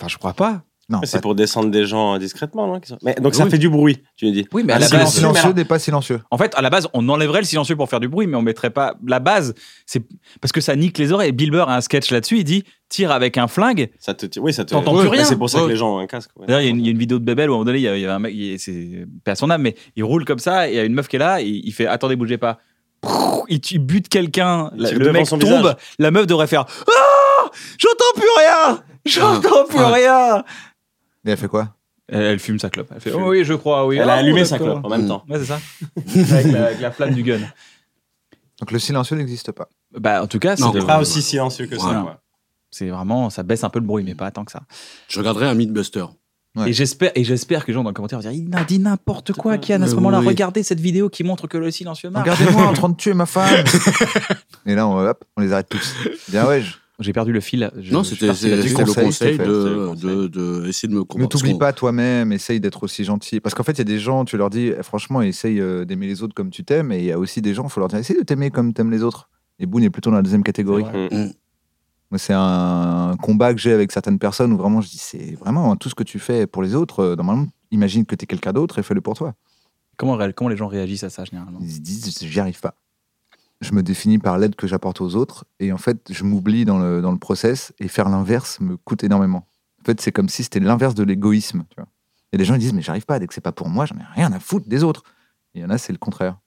Enfin, je crois pas. Non, C'est pas- pour descendre des gens euh, discrètement, non qui sont- Mais, Donc ça Oui. fait du bruit, tu me dis. Oui, mais à Ah, la si, le base, silencieux n'est pas silencieux. En fait, à la base, on enlèverait le silencieux pour faire du bruit, mais on mettrait pas la base. C'est parce que ça nique les oreilles. Bill Burr a un sketch là-dessus. Il dit tire avec un flingue. Ça te... Oui, ça te... T'entends plus Ouais, bah, rien. C'est pour ça Ouais. que les gens ont un casque. ouais. D'ailleurs, il y, a une- il y a une vidéo de Bebel où à un moment donné, il y a- il y avait un mec, il- c'est pas à son âme, mais il roule comme ça. et Il y a une meuf qui est là. Et il fait attendez, bougez pas. Prrr, Il, tu- il bute quelqu'un. Il la- tire Le devant mec son tombe. visage. La meuf devrait faire ah j'entends plus rien, j'entends plus Ah. Ouais. rien. Et elle fait quoi Elle, elle fume sa clope. Elle fait oh oui, je crois. Oui. Elle Ah, a allumé bon, sa d'accord. clope en même Mm. temps. Ouais, c'est ça. avec, la, avec la flamme du gun. Donc le silencieux n'existe pas. Bah, en tout cas, c'est Non, de- Pas aussi silencieux que ça. Voilà. quoi. c'est vraiment ça baisse un peu le bruit mais pas tant que ça Je regarderai un Mythbuster. Ouais. et j'espère et j'espère que les gens dans le commentaire vont dire il a dit n'importe quoi Kian à ce Oui, moment-là oui. regardez cette vidéo qui montre que le silencieux marche Regardez-moi en train de tuer ma femme Et là, on, hop, on les arrête tous. Bien ouais, je- j'ai perdu le fil je- non, je suis c'était parti c'est- là-dessus. du c'était le conseil, conseil c'était de, fait, de, de- essayer de me comprendre. Ne t'oublie pas toi-même, essaye d'être aussi gentil. Parce qu'en fait, il y a des gens, tu leur dis, eh, franchement, essaye euh, d'aimer les autres comme tu t'aimes. Et il y a aussi des gens, il faut leur dire, essaye de t'aimer comme t'aimes les autres. Et Boone est plutôt dans la deuxième catégorie. C'est vrai. Mm. Moi, C'est un combat que j'ai avec certaines personnes où vraiment je dis, c'est vraiment hein, tout ce que tu fais pour les autres. euh, Normalement, imagine que t'es quelqu'un d'autre et fais-le pour toi. comment, ré- comment les gens réagissent à ça généralement Ils se disent, j'y arrive pas. Je me définis par l'aide que j'apporte aux autres et en fait, je m'oublie dans le, dans le process et faire l'inverse me coûte énormément. En fait, c'est comme si c'était l'inverse de l'égoïsme. Tu vois. Et les gens ils disent, mais j'arrive pas, dès que c'est pas pour moi, j'en ai rien à foutre des autres. Et Il y en a, c'est le contraire.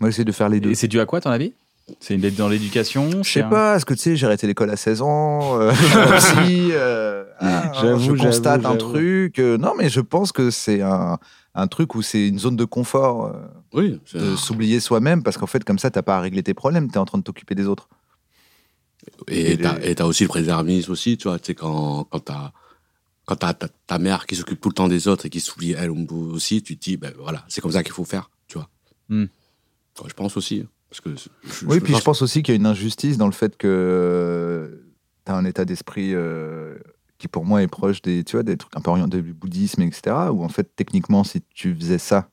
Moi, j'essaie de faire les deux. et c'est dû à quoi à ton avis c'est une- dans l'éducation Je sais c'est un- pas, parce que tu sais, j'ai arrêté l'école à 16 ans, euh, je suis parti, euh, ah, J'avoue, je constate j'avoue, un j'avoue. truc. euh, non, mais je pense que c'est un, un truc où c'est une zone de confort. euh, Oui, c'est- de s'oublier soi-même parce qu'en fait comme ça t'as pas à régler tes problèmes t'es en train de t'occuper des autres Et Et t'as- les- et t'as aussi le préservatif aussi, tu vois, tu sais, quand, quand t'as quand t'as ta, ta mère qui s'occupe tout le temps des autres et qui s'oublie elle aussi, tu te dis, ben voilà, c'est comme ça qu'il faut faire, tu vois. Hmm. Ouais, je pense aussi. hein, Parce que je- je- oui je puis je pense- pense aussi qu'il y a une injustice dans le fait que euh, t'as un état d'esprit euh, qui pour moi est proche des tu vois des trucs un peu orientés du bouddhisme etc où en fait techniquement si tu faisais ça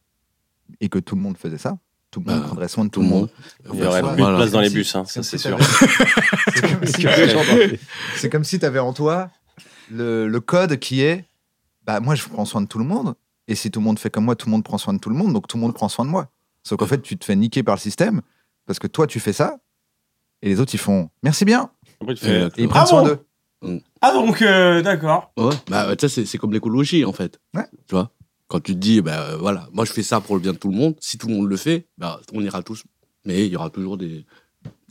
et que tout le monde faisait ça tout le monde Bah, prendrait soin de tout le monde Il y aurait Voilà. plus de place dans les bus, hein, ça c'est sûr. c'est comme si t'avais- c'est comme si t'avais en toi le, le code qui est bah moi je prends soin de tout le monde et si tout le monde fait comme moi tout le monde prend soin de tout le monde donc tout le monde prend soin de moi sauf qu'en fait tu te fais niquer par le système parce que toi tu fais ça et les autres ils font merci bien Après, tu fais, Euh, et ils prennent Ah soin bon d'eux Ah donc, euh, d'accord. Ouais, bah, tu sais, c'est- c'est comme l'écologie, en fait. Ouais. Tu vois Quand tu te dis, bah, euh, voilà, moi, je fais ça pour le bien de tout le monde, si tout le monde le fait, bah, on ira tous. Mais il y aura toujours des,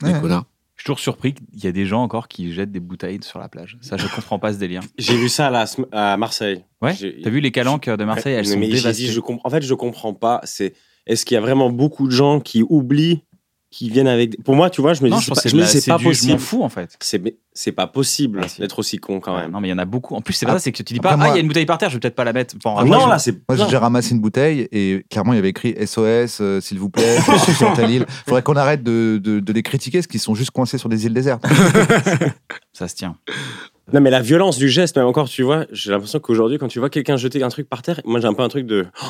des Ouais. connards. je suis toujours surpris qu'il y a des gens encore qui jettent des bouteilles sur la plage ça je comprends pas ce délire J'ai vu ça là, à Sm- à Marseille. ouais J'ai- t'as vu les calanques euh, de Marseille elles Mais sont j'ai dit, dévastées je comp- En fait, je comprends pas. C'est est-ce qu'il y a vraiment beaucoup de gens qui oublient, qui viennent avec. des- Pour moi, tu vois, je me non dis, je c'est pense pas, que je me dis, c'est c'est de la- pas c'est du je m'en possible. fous en fait C'est mais c'est pas possible Ah, si. d'être aussi con quand même. non mais il y en a beaucoup en plus c'est pas Ah, ça c'est que tu dis pas après, ah il moi- y a une bouteille par terre je vais peut-être pas la mettre pour en Ah, rajouter. non, là, c'est. moi j'ai non. déjà ramassé une bouteille et clairement il y avait écrit SOS euh, s'il vous plaît je suis sur telle île faudrait qu'on arrête de, de- de les critiquer parce qu'ils sont juste coincés sur des îles désertes ça se tient Non, mais la violence du geste, même encore, tu vois, j'ai l'impression qu'aujourd'hui, quand tu vois quelqu'un jeter un truc par terre, moi j'ai un peu un truc de. oh,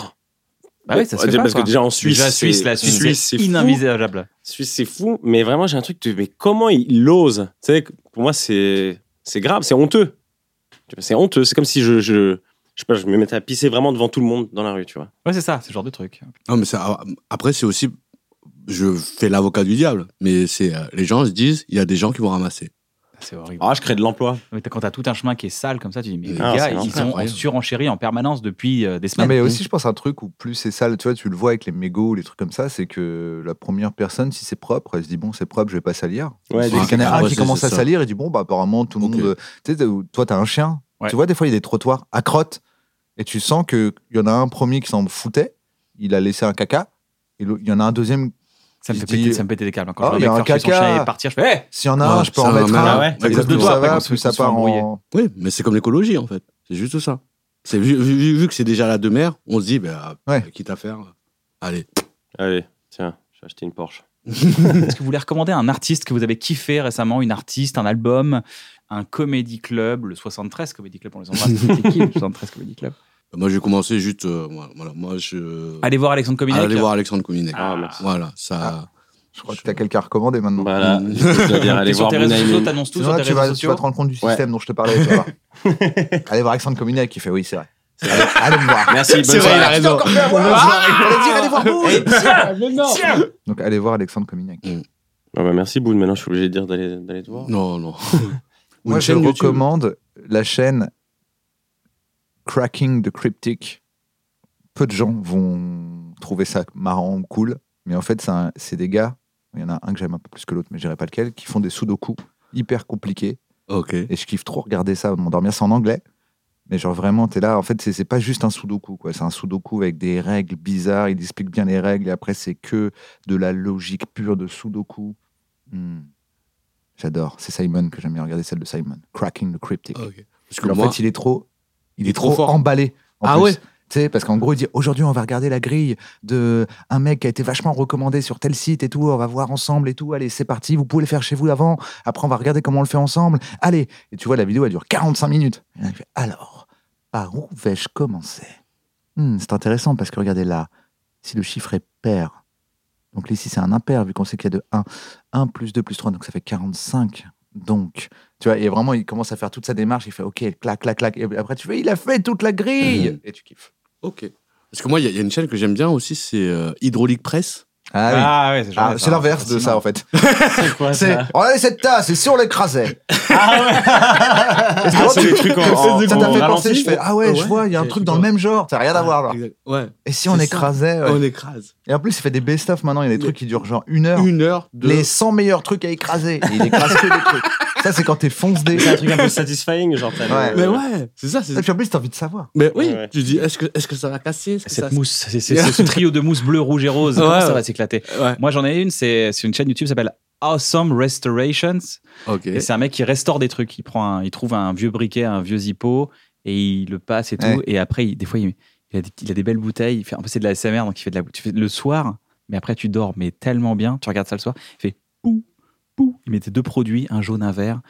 Bah oui, ça se fait pas, Parce quoi. que déjà en Suisse. Déjà, c'est- Suisse, la Suisse, Suisse, c'est fou. ininvisageable. Suisse, c'est fou, mais vraiment, j'ai un truc de. Mais comment il ose Tu sais, pour moi, c'est c'est grave, c'est honteux. Tu vois, C'est honteux. C'est comme si je, je, je sais pas, je me mettais à pisser vraiment devant tout le monde dans la rue, tu vois. Ouais, c'est ça, ce genre de truc. Non, mais ça, ah, après, c'est aussi. Je fais l'avocat du diable, mais c'est euh, les gens se disent, il y a des gens qui vont ramasser. C'est horrible. Ah, je crée de l'emploi. Mais t'as- quand t'as tout un chemin qui est sale comme ça, tu dis, mais les Ah, gars, c'est ils l'enfer, ont ouais. surenchéri en permanence depuis euh, des Ah, Non, semaines. mais aussi, je pense un truc où plus c'est sale, tu vois, tu le vois avec les mégots, les trucs comme ça, c'est que la première personne, si c'est propre, elle se dit bon, c'est propre, je vais pas salir. Ouais, Il y dès en qu'il y a a un un rosé, qui commence Ah c'est à ça. salir et dit bon, bah apparemment tout le Ok. monde. Tu sais, t'as- toi, t'as un chien. Ouais. Tu vois, des fois, il y a des trottoirs à crotte et tu sens qu'il y en a un premier qui s'en foutait, il a laissé un caca, et l'autre- il y en a un deuxième. ça, me fait je dis- péter, ça me pétait les câbles. Quand Ah, je vois il y a mec un faire chier son caca. chien et partir, je fais, hé S'il y en a un, Ouais, je peux c'est en un mettre malin. un. Ouais, Et exactement. plus ça Après, va, qu'on se- plus ça qu'on se fait part en. embrouiller. Oui, mais c'est comme l'écologie, en fait. C'est juste ça. C'est vu, vu- vu- vu que c'est déjà la deux mers, on se dit, ben, Ouais. quitte à faire, allez. Allez, tiens, j'ai acheté une Porsche. est-ce que vous voulez recommander un artiste que vous avez kiffé récemment, une artiste, un album, un comédie club, le 73 comédie club, on les embrasse. C'était qui, le 73 comédie club Moi, j'ai commencé juste, euh, voilà, moi, je. Allez voir Alexandre Cominac. Allez voir Alexandre Kouminek. Ah, merci. Voilà, ça. Je crois que t'as quelqu'un à recommander maintenant. Voilà. Je veux dire, allez T'es sur voir tes réseaux Brunei sociaux, Mine. t'annonces tout Sinon, sur là, tes tu réseaux vas, tu vas sociaux. te rendre compte du Ouais. système dont je te parlais. tu vas voir. allez voir Alexandre Cominac qui fait oui, c'est vrai. Allez, allez me voir. Merci, bonne C'est vrai, soirée. il a raison. Ah, allez dire, allez voir Boone. Donc allez voir Alexandre Cominac. Ah bah, merci, Boone. Maintenant, je suis obligé de dire d'aller d'aller te voir. Non, non. Ou Moi, une je chaîne YouTube. recommande la chaîne Cracking the Cryptic. Peu de gens vont trouver ça marrant ou cool, mais en fait, c'est un- c'est des gars, il y en a un que j'aime un peu plus que l'autre, mais je dirais pas lequel, qui font des sudoku hyper compliqués. Ok. Et je kiffe trop regarder ça, m'endormir, c'est en anglais. Mais genre vraiment, t'es là, en fait, c'est- c'est pas juste un sudoku, quoi. C'est un sudoku avec des règles bizarres, il explique bien les règles, et après, c'est que de la logique pure de sudoku. Hmm. J'adore, c'est Simon que j'aime bien regarder, celle de Simon. Cracking the Cryptic. Ok. Parce que En moi, fait, il est trop, il Il est est trop trop, fort. emballé. en Ah plus. ouais. Tu sais, parce qu'en gros, il dit aujourd'hui, on va regarder la grille de un mec qui a été vachement recommandé sur tel site et tout. On va voir ensemble et tout. Allez, c'est parti. Vous pouvez le faire chez vous avant. Après, on va regarder comment on le fait ensemble. Allez. Et tu vois, la vidéo, elle dure 45 minutes. Et là, il fait, Alors, par où vais-je commencer Hmm, C'est intéressant parce que regardez là, si le chiffre est pair, donc là, ici, c'est un impair vu qu'on sait qu'il y a de 1. 1 plus 2 plus 3, donc ça fait 45. Donc, tu vois, et vraiment, il commence à faire toute sa démarche. Il fait OK, clac, clac, clac. Et après, tu fais, il a fait toute la grille. Et tu kiffes. ok. Parce que moi, il y, a- il y a une chaîne que j'aime bien aussi, c'est euh, Hydraulique Presse. Ah oui. Ah ouais, c'est Ah, génial, c'est ça. l'inverse de ça, en fait. C'est quoi C'est, regardez cette tasse, c'est sur l'écrasé. Ah ouais. c'est des trucs en- en- ça t'a en fait penser, ralenti, je fais, ah ouais, je vois, il y a un c'est- truc dans le même genre, t'as rien à voir. là. Exact. Ouais. Et si on C'est ça. écrasait, ouais. On écrase. Et en plus, il fait des best-of maintenant, il y a des Mais- trucs qui durent genre une heure. Une heure, deux. Les 100 meilleurs trucs à écraser. Et il écrase que des trucs. Ça, c'est quand t'es fonce des. C'est un truc un peu satisfying, genre. t'as Ouais. le- Mais ouais, c'est ça. c'est- Et puis en plus, t'as envie de savoir. Mais oui, Ouais, ouais. tu dis, est-ce que, est que ça va casser Est-ce que Cette ça... mousse, c'est- c'est- c'est ce trio de mousse bleu, rouge et rose, Ouais, Comment ça ouais. va s'éclater. Ouais. Moi, j'en ai une, c'est c'est une chaîne YouTube qui s'appelle Awesome Restorations. Ok. Et c'est un mec qui restaure des trucs. Il prend, un- il trouve un vieux briquet, un vieux zippo, et il le passe et tout. Ouais. Et après, il- des fois, il, il a des, il a des belles bouteilles. Il fait, en plus, c'est de la SMR, donc il fait de la. Tu fais le soir, mais après, tu dors, mais tellement bien. Tu regardes ça le soir. Il fait pou, pou. Il mettait deux produits, un jaune, un vert.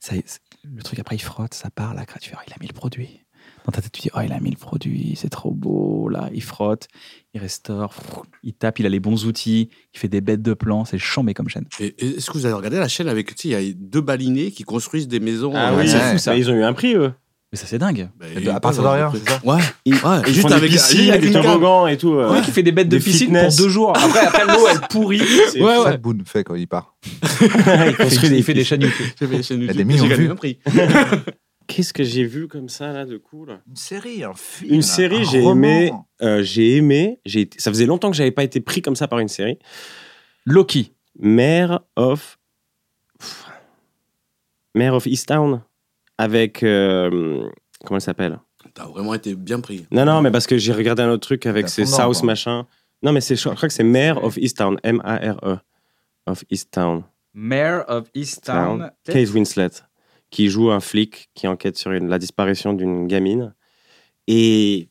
Ça, c'est- le truc après, il frotte, ça part. Là, tu fais, oh, il a mis le produit. Dans ta tête, tu dis, oh, il a mis le produit, c'est trop beau. Là, il frotte, il restaure, il tape, il a les bons outils, il fait des bêtes de plans, c'est chambé comme chaîne. Et- et Est-ce que vous avez regardé la chaîne avec, tu sais, il y a deux balinés qui construisent des maisons. Ah euh, oui, c'est mais fou, ça. ils ont eu un prix, eux. Mais ça, c'est dingue. bah, Et il y à a partir de pas rien, mal de c'est ça trucs. Ouais. ouais. Ils font des piscines, avec euh, des une carte. toboggans et tout. euh. Oui, qui fait des bêtes de Des piscine fitness. pour deux jours. Après, après l'eau, elle pourrit. Ouais, C'est ouais. ça que Boone fait quand il part. Il, construit des- il fait des chaînes YouTube. J'ai fait une chaîne a des YouTube, millions j'ai gagné de vues. un prix. Qu'est-ce que j'ai vu comme ça, là, de cool Une série, un film. Une série, j'ai aimé. euh, j'ai aimé. J'ai été- Ça faisait longtemps que j'avais pas été pris comme ça par une série. Loki. Mayor of. Pff. Mayor of Easttown. Avec. euh, Comment elle s'appelle T'as vraiment été bien pris. Non, non, mais parce que j'ai regardé un autre truc avec T'as ces son nom, South quoi. machin. Non, mais c'est- je crois que c'est Mayor of Easttown. M-A-R-E. E, Of Easttown. Mayor of Easttown. Kate Winslet, qui joue un flic qui enquête sur une- la disparition d'une gamine. Et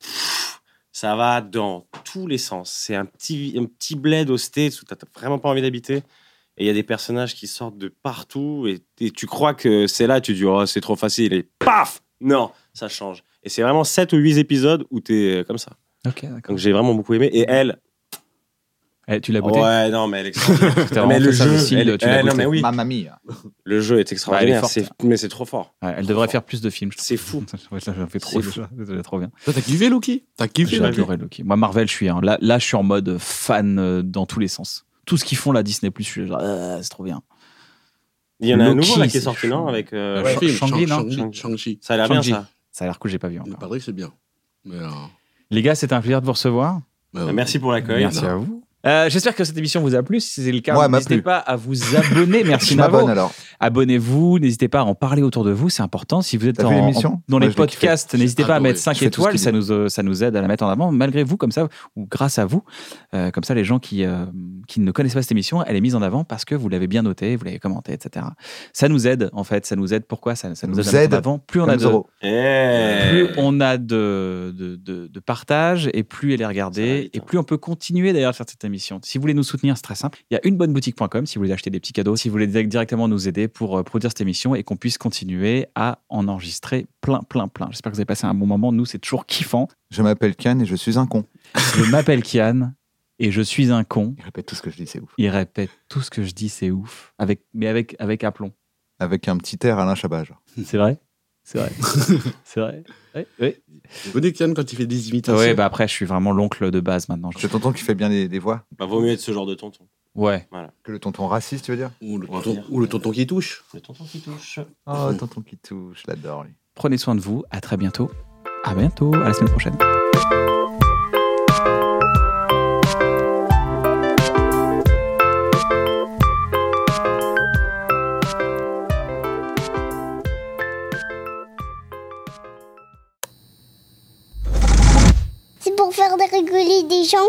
pff, ça va dans tous les sens. C'est un petit, un petit bled hosté où t'as t'as vraiment pas envie d'habiter. Et il y a des personnages qui sortent de partout. Et, et tu crois que c'est là, tu dis, oh, c'est trop facile. Et paf Non, ça change. Et c'est vraiment 7 ou 8 épisodes où t'es euh, comme ça. Ok, d'accord. Donc j'ai vraiment beaucoup aimé. Et elle, Eh, tu l'as botté ouais, non, mais elle est extraordinaire. T'as Non, mais vraiment le fait ça de jeu, style, elle- tu l'as eh, non, botté. mais oui. Mamma mia. Le jeu est extraordinaire. forte. c'est- mais c'est trop fort. Ouais, Elle devrait faire plus de films. je trouve. C'est fou. Ouais, ça, j'en fais trop C'est déjà. C'est déjà trop bien. Toi, t'as kiffé Loki T'as kiffé J'ai Loki adoré Loki. Moi, Marvel, je suis hein, là, là, je suis en mode fan euh, dans tous les sens. Tout ce qu'ils font là, Disney+, je suis genre, euh, c'est trop bien. Il y en a un Loki, nouveau là qui est c'est sorti, chaud. non Avec euh, Ouais. Le film, Shang-Chi, non Shang- Shang-Chi. ça a l'air bien Shang-Chi. ça. Ça a l'air cool, j'ai pas vu Il encore. paraît que c'est bien. Mais, euh, Les gars, c'était un plaisir de vous recevoir. mais, euh, Merci pour l'accueil. Merci à vous. Euh, J'espère que cette émission vous a plu. Si c'est le cas, Moi, elle m'a n'hésitez plu. pas à vous abonner. Merci Je m'abonne Navo. alors. Abonnez-vous, n'hésitez pas à en parler autour de vous, c'est important. Si vous êtes T'as vu en, l'émission en- dans Moi, les je l'ai kiffé. podcasts, n'hésitez pas à adoré. mettre 5 Je fais tout ce étoiles, qu'il ça dit. nous, euh, ça nous aide à la mettre en avant, malgré vous, comme ça, ou grâce à vous. Euh, comme ça, les gens qui, euh, qui ne connaissent pas cette émission, elle est mise en avant parce que vous l'avez bien notée, vous l'avez commentée, etc. Ça nous aide, en fait, ça nous aide. Pourquoi ça, ça nous, Nous aide à mettre aide en avant. Plus on Comme a de, Zorro. Eh. plus on a de, de, de- de partage et plus elle est Ça va regardée vite, et hein. plus on peut continuer d'ailleurs de faire cette émission. Si vous voulez nous soutenir, c'est très simple. Il y a une bonne boutique.com si vous voulez acheter des petits cadeaux, si vous voulez direct- directement nous aider pour euh, produire cette émission et qu'on puisse continuer à en enregistrer plein, plein, plein. J'espère que vous avez passé un bon moment. Nous, c'est toujours kiffant. Je m'appelle Ken et je suis un con. Je m'appelle Kian. Et je suis un con. Il répète tout ce que je dis, c'est ouf. Il répète tout ce que je dis, c'est ouf. Avec, mais avec, avec aplomb. Avec un petit air Alain Chabat, genre. C'est vrai C'est vrai. c'est vrai. Oui, oui. Vous dites Yann quand il fait des imitations. Ouais, bah après, je suis vraiment l'oncle de base maintenant. Je t'entends qui fait bien des, des voix. Bah, vaut mieux être ce genre de tonton. Ouais. Voilà. Que le tonton raciste, tu veux dire Ou le tonton, ou le tonton qui touche. Le tonton qui touche. Oh, tonton qui touche, je l'adore, lui. Prenez soin de vous. À très bientôt. À bientôt. À la semaine prochaine. C'est pour faire de rigoler des gens.